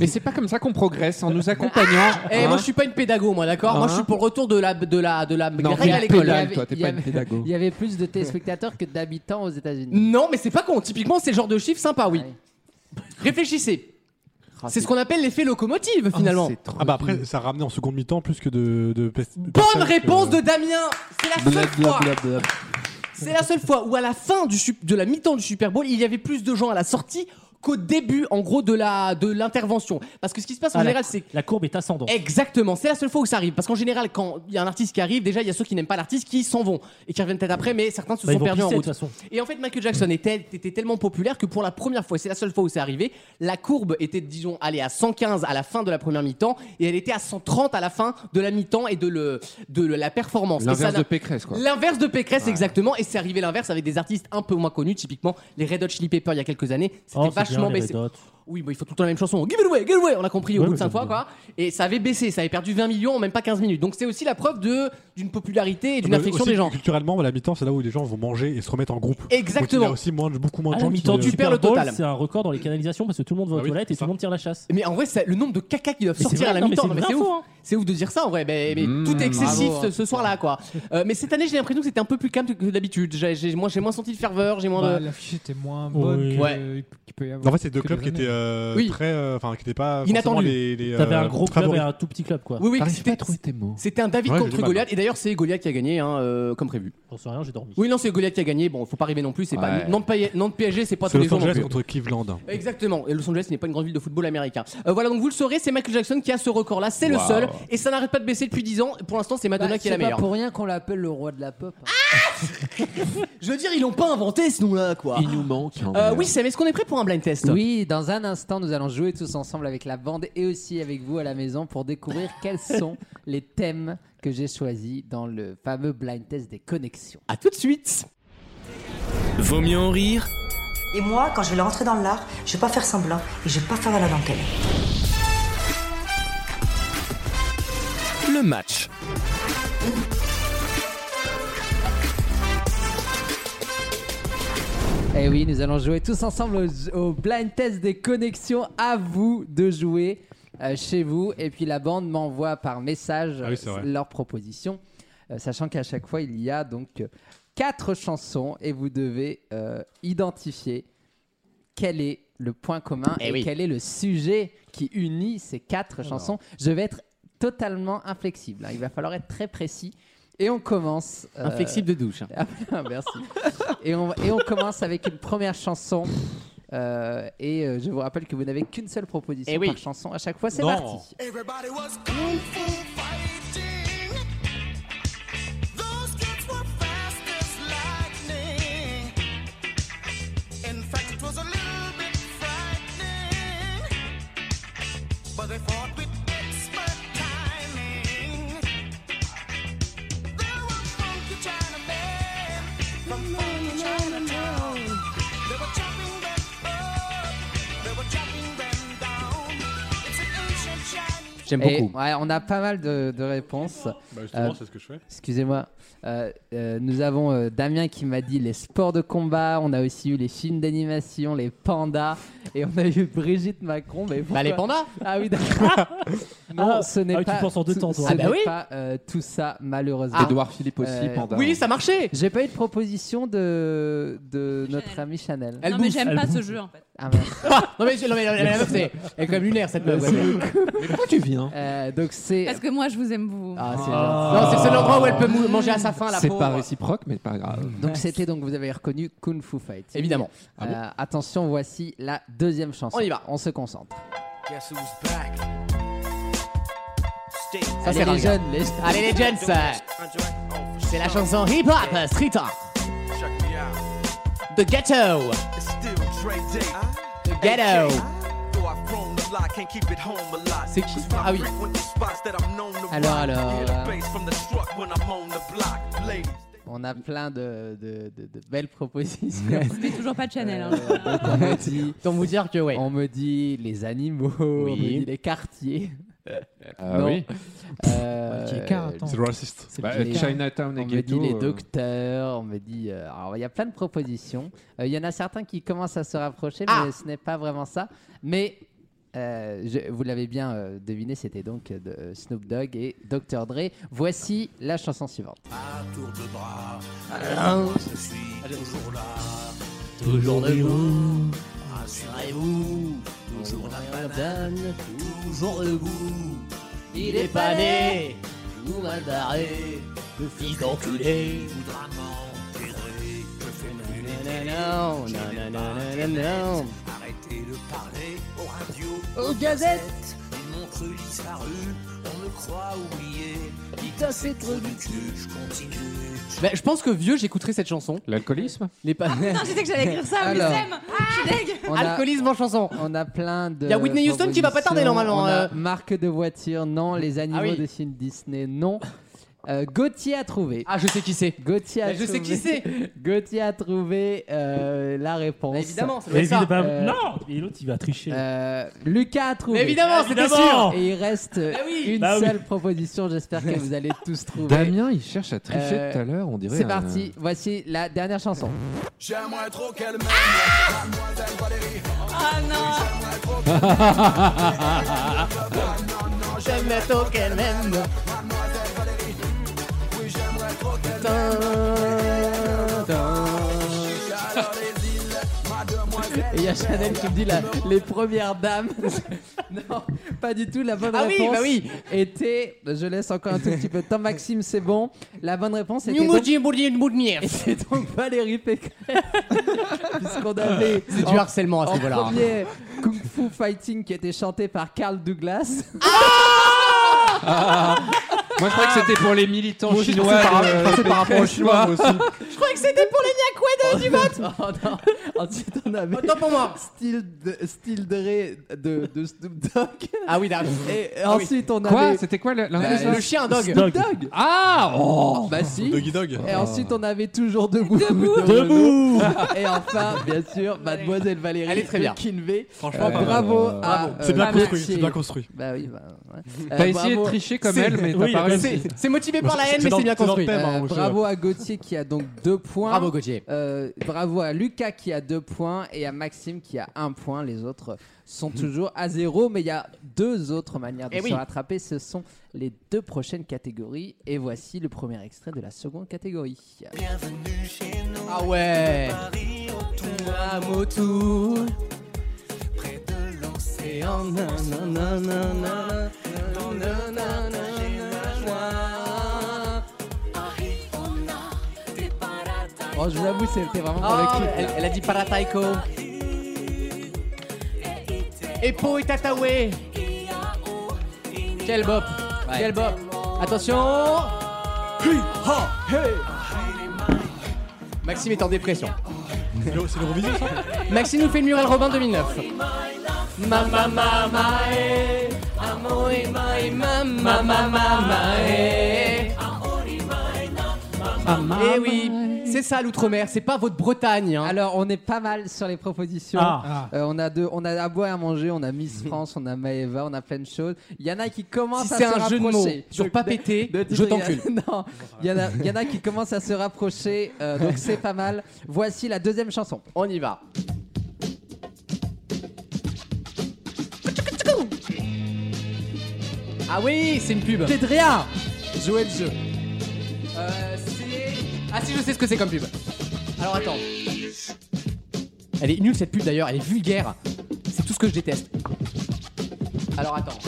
[SPEAKER 8] Mais c'est pas comme ça qu'on progresse en nous accompagnant.
[SPEAKER 2] Eh, moi, je suis pas une pédago, moi, d'accord Moi, je suis pour le retour de la, de la, de la
[SPEAKER 8] Hein. Non,
[SPEAKER 2] règle
[SPEAKER 8] t'es
[SPEAKER 2] à
[SPEAKER 8] une
[SPEAKER 2] l'école.
[SPEAKER 8] pédale,
[SPEAKER 6] avait-
[SPEAKER 8] toi, t'es
[SPEAKER 6] il y
[SPEAKER 8] pas une
[SPEAKER 6] avait-
[SPEAKER 8] pédago.
[SPEAKER 6] Il y avait plus de téléspectateurs que d'habitants aux États-Unis.
[SPEAKER 2] Non, mais c'est pas con. Typiquement, c'est le genre de chiffre sympa, oui.
[SPEAKER 6] Ouais.
[SPEAKER 2] Réfléchissez.
[SPEAKER 6] Ah,
[SPEAKER 2] C'est ce qu'on appelle l'effet locomotive, finalement.
[SPEAKER 7] Ah bah après, ça a ramené en seconde mi-temps plus que de. de pes-
[SPEAKER 2] Bonne
[SPEAKER 7] personnes euh,
[SPEAKER 2] réponse
[SPEAKER 7] que-
[SPEAKER 2] de Damien C'est la seule fois C'est la seule fois où à la fin du, sup- de la mi-temps du Super Bowl, il y avait plus de gens à la sortie qu'au début, en gros, de la de l'intervention. Parce que ce qui se passe en
[SPEAKER 5] Ah,
[SPEAKER 2] général, c'est
[SPEAKER 5] La courbe est ascendante.
[SPEAKER 2] Exactement, c'est la seule fois où ça arrive. Parce qu'en général, quand il y a un artiste qui arrive, déjà, il y a ceux qui n'aiment pas l'artiste qui s'en vont et qui reviennent peut-être après, mais certains se
[SPEAKER 5] Bah, ils
[SPEAKER 2] sont
[SPEAKER 5] vont
[SPEAKER 2] perdus en
[SPEAKER 5] pisser, de toute
[SPEAKER 2] route.
[SPEAKER 5] façon.
[SPEAKER 2] Et en fait, Michael Jackson était, était tellement populaire que pour la première fois, c'est la seule fois où c'est arrivé, la courbe était, disons, allée à 115 à la fin de la première mi-temps et elle était à 130 à la fin de la mi-temps et de, le, de le- la performance. Et ça
[SPEAKER 8] L'inverse
[SPEAKER 2] n'a-
[SPEAKER 8] de Pécresse, quoi.
[SPEAKER 2] L'inverse de Pécresse, exactement, et c'est arrivé l'inverse avec des artistes un peu moins connus, typiquement les Red Hot Chili Peppers il y a quelques années. C'était
[SPEAKER 5] Oh, c'est
[SPEAKER 2] vachement
[SPEAKER 5] bien, les
[SPEAKER 2] baissé.
[SPEAKER 5] Red Hot.
[SPEAKER 2] Oui, bon, il faut tout le temps la même chanson. Give it away, give it away. On a compris au
[SPEAKER 5] Ouais,
[SPEAKER 2] bout de
[SPEAKER 5] mais
[SPEAKER 2] 5
[SPEAKER 5] ça
[SPEAKER 2] fois,
[SPEAKER 5] me
[SPEAKER 2] quoi. Et ça avait baissé, ça avait perdu 20 millions en même pas 15 minutes. Donc c'est aussi la preuve de d'une popularité et d'une
[SPEAKER 7] Mais
[SPEAKER 2] affection
[SPEAKER 7] Ah, bah, aussi,
[SPEAKER 2] des gens.
[SPEAKER 7] Culturellement, à la mi-temps, c'est là où les gens vont manger et se remettre en groupe. Donc, il y
[SPEAKER 2] Exactement. Ah,
[SPEAKER 7] a aussi moins, de- beaucoup moins
[SPEAKER 5] À
[SPEAKER 7] de
[SPEAKER 5] la
[SPEAKER 7] gens qui. euh,
[SPEAKER 5] mi-temps du
[SPEAKER 2] Tu perds
[SPEAKER 5] Super
[SPEAKER 2] le
[SPEAKER 5] Bowl,
[SPEAKER 2] total.
[SPEAKER 5] c'est un record dans les canalisations parce que tout le monde va aux
[SPEAKER 7] Ah oui,
[SPEAKER 5] toilettes et
[SPEAKER 7] c'est
[SPEAKER 5] tout le monde tire la chasse.
[SPEAKER 2] Mais en vrai, ça- le nombre de caca qui doivent
[SPEAKER 5] Mais c'est
[SPEAKER 2] sortir
[SPEAKER 5] vrai,
[SPEAKER 2] à la
[SPEAKER 5] non, mais
[SPEAKER 2] mi-temps,
[SPEAKER 5] c'est
[SPEAKER 2] non, mais
[SPEAKER 5] une
[SPEAKER 2] c'est
[SPEAKER 5] vraie
[SPEAKER 2] ouf.
[SPEAKER 5] info, hein.
[SPEAKER 2] C'est ouf de dire ça en vrai, mais, mais
[SPEAKER 8] Mmh,
[SPEAKER 2] tout est excessif
[SPEAKER 6] bravo,
[SPEAKER 2] ce,
[SPEAKER 6] hein,
[SPEAKER 2] ce soir-là, quoi. Euh, mais cette année, j'ai l'impression que c'était un peu plus calme que d'habitude. J'ai j'ai- moi, j'ai moins senti de ferveur, j'ai moins
[SPEAKER 9] Bah,
[SPEAKER 2] de.
[SPEAKER 9] L'affiche était moins bonne
[SPEAKER 5] Oui.
[SPEAKER 9] que-
[SPEAKER 2] Ouais.
[SPEAKER 9] qu'il peut y avoir.
[SPEAKER 7] En fait, c'est deux
[SPEAKER 9] que
[SPEAKER 7] clubs
[SPEAKER 9] des
[SPEAKER 7] qui étaient
[SPEAKER 9] années.
[SPEAKER 7] euh,
[SPEAKER 2] Oui.
[SPEAKER 7] très. euh, Enfin, qui n'étaient pas. forcément
[SPEAKER 2] Inattendus.
[SPEAKER 7] les- les, euh,
[SPEAKER 5] T'avais un gros club
[SPEAKER 7] favoris.
[SPEAKER 5] et un tout petit club quoi.
[SPEAKER 2] Oui, oui,
[SPEAKER 8] T'arrives pas à
[SPEAKER 2] c'était.
[SPEAKER 8] trouver tes mots.
[SPEAKER 2] C'était un David
[SPEAKER 7] Ouais, j'ai
[SPEAKER 2] contre
[SPEAKER 7] du mal.
[SPEAKER 2] Goliath, et d'ailleurs c'est Goliath qui a gagné, hein, euh, comme prévu.
[SPEAKER 5] J'en sais rien, j'ai dormi.
[SPEAKER 2] Oui, non, c'est Goliath qui a gagné. Bon, faut pas rêver non plus. C'est pas
[SPEAKER 8] Ouais.
[SPEAKER 2] non de P- non de PSG, c'est pas
[SPEAKER 7] C'est
[SPEAKER 2] tous les
[SPEAKER 7] Los
[SPEAKER 2] jours. non
[SPEAKER 7] Angeles
[SPEAKER 2] plus.
[SPEAKER 7] contre Cleveland.
[SPEAKER 2] Exactement. Et Los Angeles n'est pas une grande ville de football américain. Euh, voilà, donc vous le saurez, c'est Michael Jackson qui a ce record-là. C'est le
[SPEAKER 8] Wow.
[SPEAKER 2] seul. Et ça n'arrête pas de baisser depuis 10 ans. Pour l'instant, c'est Madonna
[SPEAKER 6] Bah,
[SPEAKER 2] qui est la
[SPEAKER 6] c'est pas
[SPEAKER 2] meilleure.
[SPEAKER 6] pour rien qu'on l'appelle le roi de la pop. hein.
[SPEAKER 2] Je veux dire, ils l'ont pas inventé ce nom-là, quoi.
[SPEAKER 8] Il nous manque.
[SPEAKER 2] Euh, oui, Sam, est-ce qu'on est prêt pour un blind test
[SPEAKER 6] Oui, dans un instant, nous allons jouer tous ensemble avec la bande et aussi avec vous à la maison pour découvrir quels sont les thèmes que j'ai choisis dans le fameux blind test des connexions.
[SPEAKER 2] À tout de suite.
[SPEAKER 1] Vaut mieux en rire
[SPEAKER 10] Et moi, quand je vais rentrer dans l'art, je vais pas faire semblant et je vais pas faire la dentelle.
[SPEAKER 1] le match.
[SPEAKER 6] Et Eh oui, nous allons jouer tous ensemble au, au blind test des connexions. À vous de jouer euh, chez vous. Et puis la bande m'envoie par message
[SPEAKER 7] Ah oui, c'est vrai.
[SPEAKER 6] leurs propositions, euh, sachant qu'à chaque fois il y a donc euh, quatre chansons et vous devez euh, identifier quel est le point commun
[SPEAKER 2] Eh
[SPEAKER 6] et
[SPEAKER 2] oui. Oh
[SPEAKER 6] quel est le sujet qui unit ces quatre chansons. Je vais être totalement inflexible. hein. Il va falloir être très précis. Et on commence. euh,
[SPEAKER 2] Inflexible de douche. hein.
[SPEAKER 6] Ah, Merci. Et on, et on commence avec une première chanson. Euh, et euh, je vous rappelle que vous n'avez qu'une seule proposition
[SPEAKER 2] Eh oui.
[SPEAKER 6] par chanson à chaque fois. C'est
[SPEAKER 7] Non.
[SPEAKER 6] parti.
[SPEAKER 2] J'aime
[SPEAKER 8] Eh,
[SPEAKER 6] Et,
[SPEAKER 2] beaucoup.
[SPEAKER 6] ouais, on a pas mal de, de réponses.
[SPEAKER 7] Bah
[SPEAKER 6] justement, Euh,
[SPEAKER 7] c'est ce que je fais.
[SPEAKER 6] Excusez-moi. Euh, euh, nous avons euh, Damien qui m'a dit les sports de combat. On a aussi eu les films d'animation, les pandas. Et on a eu Brigitte Macron. Mais
[SPEAKER 2] Bah, les
[SPEAKER 6] pourquoi-
[SPEAKER 2] pandas
[SPEAKER 6] Ah oui, d'accord. non, ce n'est
[SPEAKER 5] Ah oui, tu
[SPEAKER 6] pas.
[SPEAKER 5] penses en deux
[SPEAKER 6] tout-
[SPEAKER 5] temps, toi.
[SPEAKER 6] ce
[SPEAKER 2] Ah bah
[SPEAKER 6] n'est
[SPEAKER 2] oui.
[SPEAKER 6] pas, euh, tout ça, malheureusement.
[SPEAKER 8] Edouard Philippe aussi,
[SPEAKER 6] Euh,
[SPEAKER 8] Panda.
[SPEAKER 2] Ah, Oui, ça marchait.
[SPEAKER 6] J'ai pas eu de proposition de, de notre
[SPEAKER 4] Chanel.
[SPEAKER 6] ami Chanel.
[SPEAKER 2] Elle
[SPEAKER 4] non, mais
[SPEAKER 2] bouffe.
[SPEAKER 4] j'aime
[SPEAKER 5] elle
[SPEAKER 4] pas
[SPEAKER 5] bouffe.
[SPEAKER 4] ce jeu en fait.
[SPEAKER 6] Ah, merde.
[SPEAKER 2] Non mais, c'est- non, mais la, la- la meuf, c'est- elle est quand même lunaire cette meuf. ouais.
[SPEAKER 8] Pourquoi tu viens
[SPEAKER 6] Euh, donc c'est.
[SPEAKER 4] Parce que moi, je vous aime vous.
[SPEAKER 6] Ah, c'est
[SPEAKER 2] Non, c'est le seul endroit où elle peut mou- manger à sa faim la
[SPEAKER 8] C'est
[SPEAKER 2] pauvre.
[SPEAKER 8] pas réciproque, mais pas grave.
[SPEAKER 6] gentil. Donc c'était donc vous avez reconnu Kung Fu Fight. Euh,
[SPEAKER 2] Évidemment. Ah
[SPEAKER 6] attention, voici la deuxième chanson.
[SPEAKER 2] On y va.
[SPEAKER 6] On se concentre.
[SPEAKER 2] Ça
[SPEAKER 6] Allez
[SPEAKER 2] c'est
[SPEAKER 6] les
[SPEAKER 2] ringard.
[SPEAKER 6] jeunes, les
[SPEAKER 2] Allez les jeunes, euh, c'est la chanson hip hop euh, street art. The ghetto, the ghetto. C'est qui Ah oui.
[SPEAKER 6] Alors alors. On a plein de, de- de- de belles propositions. Euh,
[SPEAKER 4] Mais toujours pas de Chanel. hein.
[SPEAKER 6] Donc, on me dit,
[SPEAKER 2] Donc vous dire que ouais.
[SPEAKER 6] on me dit les animaux, on me
[SPEAKER 2] Oui.
[SPEAKER 6] dit les quartiers.
[SPEAKER 8] Ah
[SPEAKER 6] Non.
[SPEAKER 8] oui.
[SPEAKER 6] Euh,
[SPEAKER 9] Qui est car, attends.
[SPEAKER 7] C'est le raciste.
[SPEAKER 6] c'est
[SPEAKER 8] Bah,
[SPEAKER 6] le Jamaïcain.
[SPEAKER 8] Chinatown et
[SPEAKER 6] On me
[SPEAKER 8] Ghetto.
[SPEAKER 6] dit les
[SPEAKER 8] euh,
[SPEAKER 6] docteurs, on me dit. euh, alors, il y a plein de propositions. Euh, Il y en a certains qui commencent à se rapprocher,
[SPEAKER 2] Ah.
[SPEAKER 6] mais ce n'est pas vraiment ça. Mais euh, je- vous l'avez bien euh, deviné, c'était donc euh, de euh, Snoop Dogg et Dr. Dre. Voici la chanson suivante.
[SPEAKER 2] Toujours debout, rassurez-vous, toujours la madame, toujours debout. Il est pas né, tout mal barré, le fils d'enculé, voudra m'enterrer. Je fais nanana, nanana, nanana.
[SPEAKER 11] Arrêtez de parler aux radios,
[SPEAKER 2] Aux gazettes,
[SPEAKER 11] ils montrent disparu, on me croit oublié, Dites assez trop du cul, je continue.
[SPEAKER 2] Bah, je pense que vieux, j'écouterai cette chanson.
[SPEAKER 8] L'alcoolisme
[SPEAKER 2] Les pa-
[SPEAKER 4] Non, Ah, je sais que j'allais écrire ça,
[SPEAKER 6] Alors.
[SPEAKER 4] Wissem. Je suis deg.
[SPEAKER 6] On a,
[SPEAKER 2] Alcoolisme en chanson.
[SPEAKER 6] on a plein de.
[SPEAKER 2] Il y a Whitney Houston qui va pas tarder,
[SPEAKER 6] propositions.
[SPEAKER 2] normalement,
[SPEAKER 6] On a
[SPEAKER 2] euh. Ah
[SPEAKER 6] Marque de voiture, non. Les animaux
[SPEAKER 2] oui.
[SPEAKER 6] de films Disney, non. Euh, Gauthier a trouvé.
[SPEAKER 2] Ah, je sais qui c'est.
[SPEAKER 6] Gauthier a
[SPEAKER 2] Mais Bah, je sais
[SPEAKER 6] trouvé-
[SPEAKER 2] qui c'est.
[SPEAKER 6] Gauthier a trouvé euh, la réponse.
[SPEAKER 2] Mais Évidemment, ça doit
[SPEAKER 5] Mais
[SPEAKER 2] être ça.
[SPEAKER 5] évidemment-
[SPEAKER 6] Euh,
[SPEAKER 5] Non Et l'autre, il va tricher.
[SPEAKER 6] Euh, Lucas a trouvé.
[SPEAKER 2] Mais évidemment, c'était sûr.
[SPEAKER 6] Et il reste
[SPEAKER 2] oui.
[SPEAKER 6] une
[SPEAKER 5] Bah oui.
[SPEAKER 6] seule proposition. J'espère que vous allez tous trouver.
[SPEAKER 8] Damien, hein. il cherche à tricher
[SPEAKER 6] Euh,
[SPEAKER 8] tout à l'heure, on dirait.
[SPEAKER 6] C'est
[SPEAKER 8] un-
[SPEAKER 6] parti. Voici la dernière chanson.
[SPEAKER 11] J'aimerais trop qu'elle m'aime, mademoiselle Valérie,
[SPEAKER 4] Ah non.
[SPEAKER 2] J'aime trop qu'elle m'aime.
[SPEAKER 11] oui j'aimerais trop qu'elle m'aime, alors les îles, mademoiselle.
[SPEAKER 6] Et il y a Chanel qui me dit la- les premières dames. non, pas du tout. La bonne
[SPEAKER 2] Ah oui,
[SPEAKER 6] réponse
[SPEAKER 2] bah oui.
[SPEAKER 6] était. Je laisse encore un tout petit peu de temps. Maxime, c'est bon. La bonne réponse était.
[SPEAKER 2] New
[SPEAKER 6] donc-
[SPEAKER 2] Moody, Moody, Moody.
[SPEAKER 6] Et c'est donc Valérie Pécresse. Puisqu'on avait.
[SPEAKER 2] C'est du harcèlement à ce
[SPEAKER 6] En
[SPEAKER 2] niveau-là.
[SPEAKER 6] premier, Kung Fu Fighting qui était chanté par Carl Douglas.
[SPEAKER 8] Moi, je crois que c'était pour les militants
[SPEAKER 7] Moi aussi, je
[SPEAKER 8] chinois.
[SPEAKER 7] pensais par-
[SPEAKER 8] euh,
[SPEAKER 7] je pensais par rapport aux Chinois, moi aussi.
[SPEAKER 6] Oh non. Ensuite, on avait
[SPEAKER 2] Autant pour moi.
[SPEAKER 6] Style, de, Style Dre de, de Snoop Dogg.
[SPEAKER 2] Ah oui, d'accord.
[SPEAKER 6] Et
[SPEAKER 2] Ah oui.
[SPEAKER 6] ensuite, on
[SPEAKER 8] Quoi
[SPEAKER 6] avait
[SPEAKER 8] C'était quoi le-
[SPEAKER 2] Euh,
[SPEAKER 8] l'indice, là
[SPEAKER 2] le chien dog.
[SPEAKER 5] Dog.
[SPEAKER 6] Dogg.
[SPEAKER 8] Ah oh
[SPEAKER 6] Bah si.
[SPEAKER 7] Doggy Dog.
[SPEAKER 6] Et ensuite, on avait toujours debout. Debout. Et enfin, bien sûr, Mademoiselle Valérie.
[SPEAKER 2] Elle est très
[SPEAKER 6] de
[SPEAKER 2] bien.
[SPEAKER 6] Kinvey.
[SPEAKER 7] Franchement,
[SPEAKER 6] Euh,
[SPEAKER 7] pas mal.
[SPEAKER 6] bravo.
[SPEAKER 8] Euh,
[SPEAKER 6] à,
[SPEAKER 7] C'est bien
[SPEAKER 6] euh,
[SPEAKER 7] construit,
[SPEAKER 6] Mathieu.
[SPEAKER 7] c'est bien construit.
[SPEAKER 6] Bah oui, bah. ouais. Euh,
[SPEAKER 8] T'as essayé de
[SPEAKER 6] bravo-
[SPEAKER 8] tricher comme
[SPEAKER 7] C'est-
[SPEAKER 8] elle, mais t'as
[SPEAKER 5] oui,
[SPEAKER 8] pas
[SPEAKER 5] bah,
[SPEAKER 8] réussi.
[SPEAKER 5] c'est-
[SPEAKER 2] C'est motivé par la haine,
[SPEAKER 7] C'est
[SPEAKER 2] mais
[SPEAKER 7] dans-
[SPEAKER 2] c'est bien
[SPEAKER 7] c'est dans
[SPEAKER 2] construit.
[SPEAKER 7] le thème,
[SPEAKER 6] Euh,
[SPEAKER 7] hein, je-
[SPEAKER 6] bravo à Gauthier qui a donc deux points.
[SPEAKER 2] Bravo Gauthier.
[SPEAKER 6] Euh, bravo à Lucas qui a deux points et à Maxime qui a un point. Les autres sont
[SPEAKER 2] Mhm.
[SPEAKER 6] toujours à zéro, mais il y a deux autres manières de
[SPEAKER 2] Eh
[SPEAKER 6] se
[SPEAKER 2] oui.
[SPEAKER 6] rattraper. Ce sont les deux prochaines catégories. Et voici le premier extrait de la seconde catégorie.
[SPEAKER 2] Eh.
[SPEAKER 6] Eh.
[SPEAKER 2] Ah ouais. Tour autour, près de l'océan. nanana, nanana, nanana, nanana.
[SPEAKER 6] Oh, je vous avoue, c'était vraiment pour
[SPEAKER 2] Ah,
[SPEAKER 6] le clip.
[SPEAKER 2] elle, elle a dit Parataiko. Epo et Tatawe. Quel bop.
[SPEAKER 6] Ouais.
[SPEAKER 2] Quel bop. Attention. Hi, ha, hey. Maxime est en dépression.
[SPEAKER 7] C'est l'Eurovision ça
[SPEAKER 2] Maxime nous fait le mural Robin 2009. Mama, mama, eh. Amo, eh, ma, eh, ma, ma, ma, ma, ma, eh. Eh oui, c'est ça l'outre-mer, c'est pas votre Bretagne. hein.
[SPEAKER 6] Alors, on est pas mal sur les propositions.
[SPEAKER 2] Ah.
[SPEAKER 6] Euh, on a deux, on a à boire et à manger, on a Miss France, on a Maeva, on a plein de choses. Il y en a qui commencent
[SPEAKER 2] Si
[SPEAKER 6] à se
[SPEAKER 2] c'est un jeu de mots
[SPEAKER 6] rapprocher.
[SPEAKER 2] sur pas péter, je
[SPEAKER 6] titre,
[SPEAKER 2] t'encule.
[SPEAKER 6] il y a- Non, il y, en a, il y en a qui commencent à se rapprocher, euh, donc c'est pas mal. Voici la deuxième chanson.
[SPEAKER 2] On y va. Ah oui, c'est une pub.
[SPEAKER 6] Pedrea
[SPEAKER 2] Jouez le jeu. Euh, c'est. Ah si, je sais ce que c'est comme pub. Alors attends. Elle est nulle cette pub d'ailleurs, elle est vulgaire. C'est tout ce que je déteste. Alors attends.